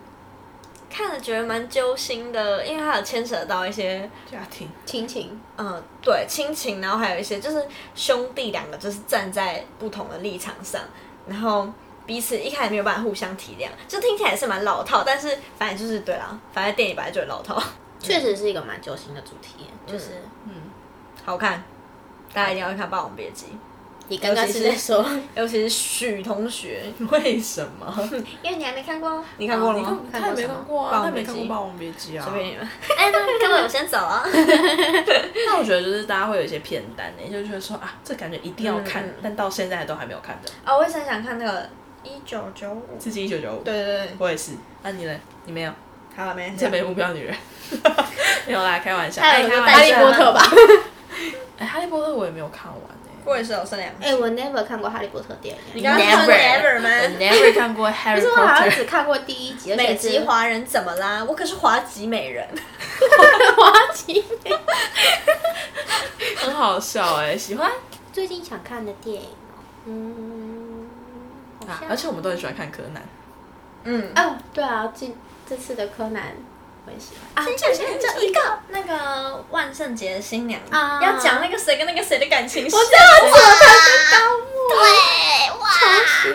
Speaker 4: 看了觉得蛮揪心的，因为它有牵扯到一些
Speaker 3: 嗯家庭
Speaker 1: 亲情，
Speaker 4: 嗯，对，亲情，然后还有一些就是兄弟两个就是站在不同的立场上，然后彼此一开始没有办法互相体谅，就听起来是蛮老套，但是反正就是对啦，反正电影本来就很老套，
Speaker 1: 确实是一个蛮揪心的主题，就是。
Speaker 4: (laughs)
Speaker 3: 嗯
Speaker 4: 好看，大家一定要去看《霸王别姬
Speaker 1: 你刚刚是在
Speaker 3: 嗯
Speaker 1: 说，》， (laughs)
Speaker 4: 尤其是许同学，
Speaker 3: 为什么？
Speaker 1: 因为你还没看过。
Speaker 4: 你看过了
Speaker 3: 你
Speaker 4: 吗？
Speaker 3: 看他也没看过
Speaker 4: 霸
Speaker 3: 啊，
Speaker 4: 王
Speaker 3: 他也
Speaker 4: 别
Speaker 3: 没
Speaker 4: 姬
Speaker 3: 看过《霸王别姬》啊，
Speaker 4: 随便你们。 (laughs) 哎，那各位我先走啊了。
Speaker 3: 那我觉得就是大家会有一些片单呢，就觉得说啊，这感觉一定要看，
Speaker 4: 嗯嗯
Speaker 3: 但到现在都还没有看的。
Speaker 4: (laughs) 哦，我也很想看那个一九九五。
Speaker 3: 自己一九九五，
Speaker 4: 对对对，
Speaker 3: 我也是。那、你嘞？你没有？
Speaker 4: 好了没？
Speaker 3: 这没目标女人，没有啦，开玩笑。哎
Speaker 4: 还有一
Speaker 3: 开
Speaker 4: 个
Speaker 3: 玩笑
Speaker 4: 戴哈利波特吧？
Speaker 3: 哎、哈利波特我也没有看完哎、
Speaker 4: 我也是有剩两部。
Speaker 1: 哎、我 never 看过《哈利波特》电影。
Speaker 4: 你刚刚说
Speaker 3: Never
Speaker 4: never 吗？
Speaker 3: 我 never 看过 Harry
Speaker 1: 可是我好像只
Speaker 3: Potter。
Speaker 1: 看过第一集，而且
Speaker 4: 美
Speaker 1: 是
Speaker 4: 籍华人怎么啦？我可是华籍美 (laughs) 人。
Speaker 1: 花集。
Speaker 3: 很好笑哎、喜欢
Speaker 1: 最近想看的电影哦，嗯，好
Speaker 3: 啊！
Speaker 1: 像
Speaker 3: 而且我们都很喜欢看柯南。
Speaker 4: 嗯
Speaker 1: 哦，对啊，这这次的柯南我很喜欢。
Speaker 4: 啊，这这这一个那个万圣节的新娘
Speaker 1: 啊
Speaker 4: 要讲那个谁跟那个谁的感情史，
Speaker 1: 我知道，我知道他是高木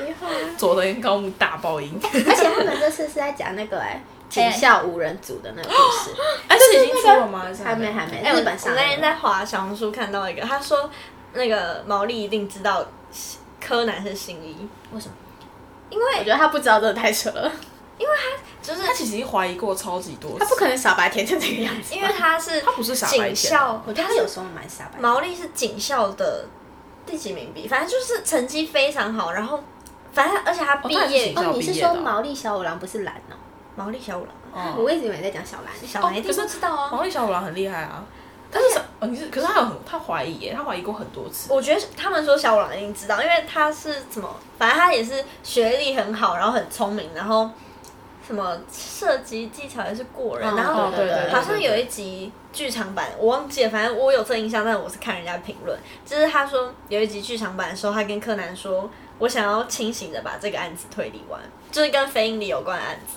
Speaker 6: 对，哇，
Speaker 3: 佐藤高木大爆音，
Speaker 1: 而且他们这次是在讲那个哎、警校五人组的那个故事，
Speaker 3: 哎，是已经出了吗？是
Speaker 1: 还没还没，
Speaker 4: 哎，我
Speaker 1: 日本上
Speaker 4: 我那天
Speaker 1: 映
Speaker 4: 在滑小红书看到一个，他说那个毛利一定知道柯南是新一，
Speaker 1: 为什么？
Speaker 4: 因
Speaker 1: 我
Speaker 4: 为
Speaker 1: 觉得他不知道真的太扯了，
Speaker 4: 就是
Speaker 3: 他其实已经怀疑过超级多
Speaker 1: 他
Speaker 3: 次，
Speaker 1: 不可能傻白甜成这个样子吧。
Speaker 4: 因为他是
Speaker 3: 他不是傻白甜
Speaker 4: 警校，
Speaker 1: 我觉得他有时候蛮傻白甜，
Speaker 4: 毛利是警校的第几名比，反正就是成绩非常好，然后反正而且他毕
Speaker 3: 他也是
Speaker 4: 业
Speaker 3: 警校
Speaker 1: 哦，你是
Speaker 3: 毕业的
Speaker 1: 说
Speaker 3: 哦
Speaker 1: 毛利小五郎不是蓝哦？
Speaker 4: 毛利小五郎，
Speaker 3: 哦。
Speaker 1: 我一直以为你在讲小蓝，
Speaker 4: 小兰一定
Speaker 3: 可是
Speaker 4: 不知道啊。
Speaker 3: 毛利小五郎很厉害啊，但是哦，你是可是他有很他怀疑耶，他怀疑过很多次。
Speaker 4: 我觉得他们说小五郎一定知道，因为他是什么，反正他也是学历很好，然后很聪明，然后什么射击技巧也是过人，
Speaker 1: 嗯
Speaker 4: 然后
Speaker 1: 哦对对对
Speaker 4: 好像有一集剧场版我忘记了，反正我有这印象，但我是看人家评论，就是他说有一集剧场版的时候，他跟柯南说，我想要清醒的把这个案子推理完，就是跟非营利有关的案子，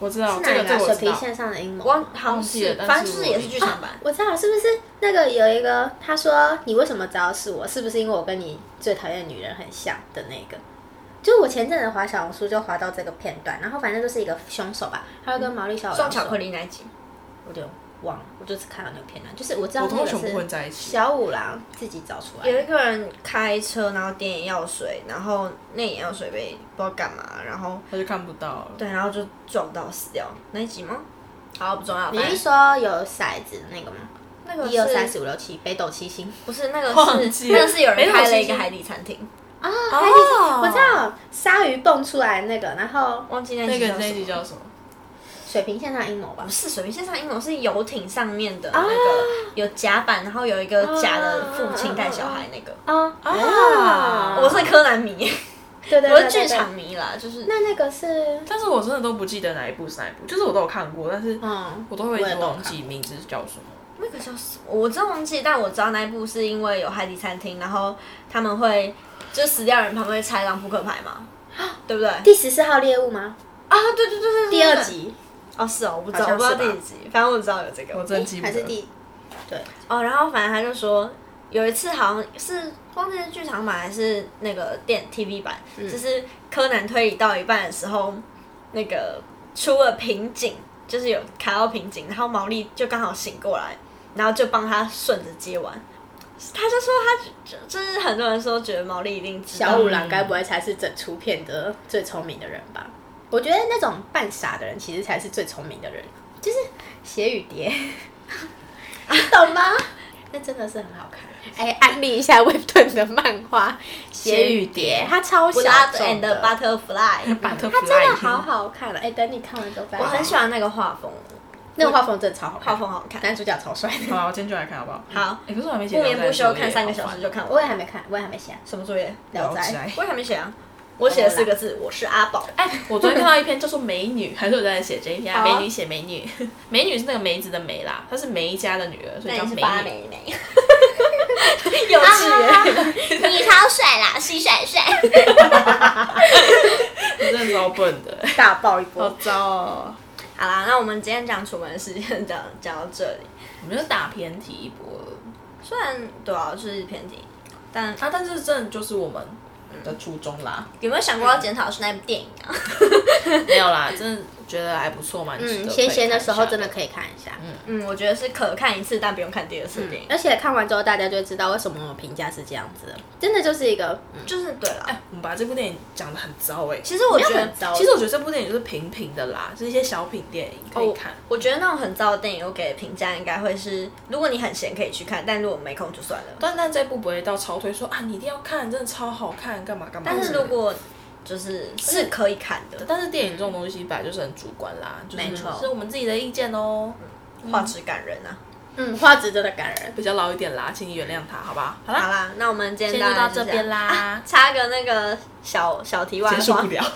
Speaker 3: 我知道
Speaker 1: 是
Speaker 3: 这
Speaker 1: 哪
Speaker 3: 个
Speaker 1: 一
Speaker 3: 这
Speaker 1: 个
Speaker 3: 个我
Speaker 1: 水
Speaker 3: 知
Speaker 1: 平
Speaker 3: 道，
Speaker 1: 线上的阴谋？嗯
Speaker 4: 我好像
Speaker 3: 忘记
Speaker 4: 是
Speaker 3: 了，但是
Speaker 4: 嗯反正就是也是
Speaker 3: 我
Speaker 4: 剧场版。
Speaker 1: 我知道了，是不是那个有一个他说你为什么知道是我？是不是因为我跟你最讨厌的女人很像的那个？就我前阵子滑小红书就滑到这个片段，然后反正就是一个凶手吧，他就跟毛利小五
Speaker 4: 送
Speaker 1: 郎
Speaker 4: 巧克
Speaker 1: 说，
Speaker 4: 力那一集，
Speaker 1: 我就忘了，我就是看到那个片段，就是我知道
Speaker 3: 我
Speaker 1: 那
Speaker 3: 通
Speaker 1: 个
Speaker 3: 常全部混
Speaker 1: 是
Speaker 3: 在一起。
Speaker 1: 小五郎自己找出来
Speaker 4: 有
Speaker 1: 的，
Speaker 4: 一个人开车，然后点眼药水，然后那眼药水被不知道干嘛，然后
Speaker 3: 他就看不到了，
Speaker 4: 对，然后就撞到死掉那一集吗？好，不重要，
Speaker 1: 你
Speaker 4: 反
Speaker 1: 是
Speaker 4: 正
Speaker 1: 说有骰子的那个吗？
Speaker 4: 那个
Speaker 1: 一二三
Speaker 4: 是
Speaker 1: 四五六七，北斗七星。
Speaker 4: 不是那个
Speaker 3: 忘
Speaker 4: 是
Speaker 3: 记
Speaker 4: 那
Speaker 3: 了
Speaker 4: 个是有人
Speaker 3: 没有
Speaker 4: 开了一哎
Speaker 3: 星
Speaker 4: 个
Speaker 3: 星
Speaker 4: 海底餐厅，哦
Speaker 1: 海底是我知道鲨鱼蹦出来那个，然后
Speaker 4: 忘记那
Speaker 3: 那
Speaker 4: 集
Speaker 3: 个
Speaker 4: 叫
Speaker 3: 那
Speaker 4: 什
Speaker 3: 集
Speaker 4: 么？
Speaker 3: 叫什么？
Speaker 1: 水平线上阴谋吧
Speaker 4: 不。是水平线上阴谋，是游艇上面的那个有甲板，然后有一个假的父亲带小孩那个。
Speaker 1: 哦
Speaker 3: 啊
Speaker 4: 我是柯南迷，
Speaker 1: 对对
Speaker 4: 我
Speaker 1: 对
Speaker 4: 是
Speaker 1: 对
Speaker 4: 剧
Speaker 1: 对
Speaker 4: 场迷啦，就是
Speaker 1: 那那个是
Speaker 3: 但是我真的都不记得哪一部是哪一部，就是我都有看过，但是
Speaker 1: 嗯，
Speaker 3: 啊我都会
Speaker 1: 我也
Speaker 3: 一直
Speaker 1: 都有
Speaker 3: 忘记名字叫什么。
Speaker 4: 那个叫什么？我真忘记，但我知道那一部是因为有海底餐厅，然后他们会就死掉人旁边会拆一张扑克牌
Speaker 1: (gasps)
Speaker 4: 嘛，对不对？
Speaker 1: 第十四号猎物吗？
Speaker 4: 啊，对对对对，对
Speaker 1: 第二。集
Speaker 4: 哦，是哦，我不知道，
Speaker 1: 好像
Speaker 4: 我不
Speaker 1: 是
Speaker 4: 知
Speaker 1: 吧
Speaker 4: 道第几集，反正我知道有这个
Speaker 3: 我。真的记不
Speaker 1: 还是
Speaker 3: 得。
Speaker 1: 第？对，
Speaker 4: 哦，然后反正他就说，有一次好像是忘记是剧场版还是那个电 TV 版，就是柯南推理到一半的时候，那个出了瓶颈，就是有卡到瓶颈，然后毛利就刚好醒过来，然后就帮他顺着接完。他就说他就就是很多人说觉得毛利一定知道
Speaker 1: 小五郎该不会才是整出片的最聪明的人吧？我觉得那种扮傻的人其实才是最聪明的人，就是写雨蝶，你 (laughs) 懂吗？那真的是很好看。哎、安利一下威顿的漫画《写雨蝶》，它超小
Speaker 4: Blood
Speaker 1: 众
Speaker 4: and
Speaker 1: 的， (laughs)
Speaker 4: Butterfly，
Speaker 3: 巴特
Speaker 1: 它
Speaker 3: 弗
Speaker 1: 真的
Speaker 3: 莱，
Speaker 1: 好好看了。哎、等你看完之后再。
Speaker 4: 哦我很喜欢那个画风，
Speaker 1: 那个画风，真的超好看，
Speaker 4: 画风好看。
Speaker 1: 男主角超帅的。
Speaker 3: 好啊，我今天就来看好不好？
Speaker 4: 好，
Speaker 3: 哎，可是我还没写
Speaker 4: 不
Speaker 3: 到
Speaker 4: 眠不休
Speaker 3: 这里
Speaker 4: 看三个小时就。看完。
Speaker 1: (laughs) 我也还没看，我也还没写《
Speaker 4: 什么作业？
Speaker 1: 聊斋》。
Speaker 4: 我也还没写啊，我写了四个字，我是阿宝。哎，
Speaker 3: 我昨天看到一篇叫做《美女》，还是我在写这一篇、啊？
Speaker 4: 好啊
Speaker 3: 美女写美女，美女是那个梅子的梅啦，她是梅家的女儿，所以
Speaker 4: 那
Speaker 3: 叫
Speaker 4: 哎你是
Speaker 3: 美 (laughs)
Speaker 4: 八
Speaker 3: 女。
Speaker 4: 美眉，幼稚
Speaker 3: (laughs)
Speaker 4: 耶。
Speaker 6: 你超帅啦，西帅帅，
Speaker 3: 你真的超笨的、 (laughs)
Speaker 1: 大爆一
Speaker 3: 好
Speaker 1: 波。
Speaker 3: 糟哦！
Speaker 4: 好啦，那我们今天讲楚门的事件讲讲到这里，
Speaker 3: 我们就打偏题一波了
Speaker 4: 虽然对啊，就是偏题，但
Speaker 3: 啊，但是真的就是我们的初衷 (laughs) 啦，
Speaker 4: 有没有想过要检讨是那部电影啊？
Speaker 3: 没有啦，真的觉得还不错，蛮值
Speaker 1: 嗯，
Speaker 3: 得
Speaker 1: 闲闲的时候真的
Speaker 3: 以
Speaker 1: 可以看一下。嗯，
Speaker 4: 嗯，我觉得是可看一次，但不用看第二次的电影，
Speaker 1: 而且看完之后大家就会知道为什么我评价是这样子的，真的就是一个，嗯
Speaker 4: 就是对了。
Speaker 3: 看一下。我们把这部电影讲的很糟哎、
Speaker 4: 其实我觉
Speaker 1: 没有
Speaker 4: 得
Speaker 1: 很糟
Speaker 3: 其实我觉得这部电影就是平平的啦，是一些小品电影
Speaker 4: 哦
Speaker 3: 可以看。
Speaker 4: 我觉得那种很糟的电影，我给的评价应该会是，如果你很闲可以去看，但如果没空就算了。
Speaker 3: 但但这部不会到超推说啊，你一定要看，真的超好看，干嘛干嘛。
Speaker 4: 但是如果就是是可以看的，
Speaker 3: 但是电影这种东西本来就是很主观啦，就是
Speaker 1: 没错
Speaker 3: 是我们自己的意见哦。
Speaker 4: 画质感人啊。
Speaker 1: 嗯，画质真的感人。
Speaker 3: 比较老一点啦，请你原谅他，好吧？好
Speaker 4: 好
Speaker 3: 啦，
Speaker 4: 啦，那我们今
Speaker 3: 今
Speaker 4: 天
Speaker 3: 天就
Speaker 4: 大
Speaker 3: 到
Speaker 4: 概
Speaker 3: 这边啦，
Speaker 4: (laughs) 插个那个小小题外
Speaker 3: 结束
Speaker 4: 话
Speaker 3: 不，了。 (laughs)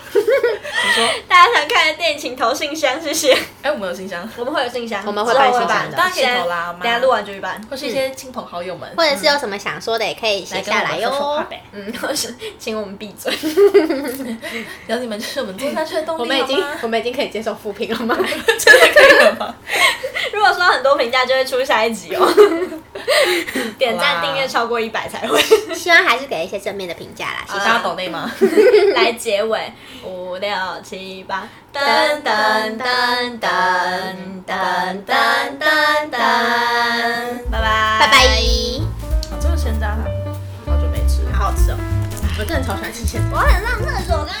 Speaker 4: 大家想看的电影请投信箱，
Speaker 3: (laughs)
Speaker 4: 谢谢。
Speaker 3: 哎、我们有信箱，
Speaker 4: 我们会有信箱，
Speaker 1: 我们会
Speaker 4: 之后
Speaker 1: 办
Speaker 4: 会
Speaker 1: 信箱
Speaker 4: 办
Speaker 1: 的
Speaker 4: 大
Speaker 3: 大
Speaker 4: 家
Speaker 3: 家可以投啦
Speaker 4: 等下录完就去办。
Speaker 3: 或是一些亲朋好友们，
Speaker 1: 或者是有什么想说的，也可以写
Speaker 3: 来跟
Speaker 1: 下
Speaker 3: 我
Speaker 1: 来
Speaker 3: 们说说话
Speaker 1: 哟。
Speaker 3: 呗。
Speaker 4: 嗯，或是 (laughs) 请我们闭嘴。 (laughs)
Speaker 3: 有你们就是我们做下去的动力，
Speaker 1: 我们已经
Speaker 3: 好吗
Speaker 1: 我们已经可以接受复评了吗？
Speaker 3: 真的可以了吗？
Speaker 4: 如果说很多评价，就会出下一集哦。 (laughs) 点赞
Speaker 5: 哇
Speaker 4: 订阅超过一百才
Speaker 3: (laughs)
Speaker 4: 会
Speaker 1: (laughs) 希望还是给一些正面的评价啦，谢谢。
Speaker 5: 大家懂内吗？
Speaker 4: 来结尾，五六七八，噔噔噔噔噔噔噔噔，拜拜
Speaker 1: 拜拜。
Speaker 3: 我这个鲜渣啦，好久没吃了。
Speaker 5: 好好吃哦，我真的超喜欢吃鲜。
Speaker 2: 哎我很上厕所，刚刚。
Speaker 1: 哎啊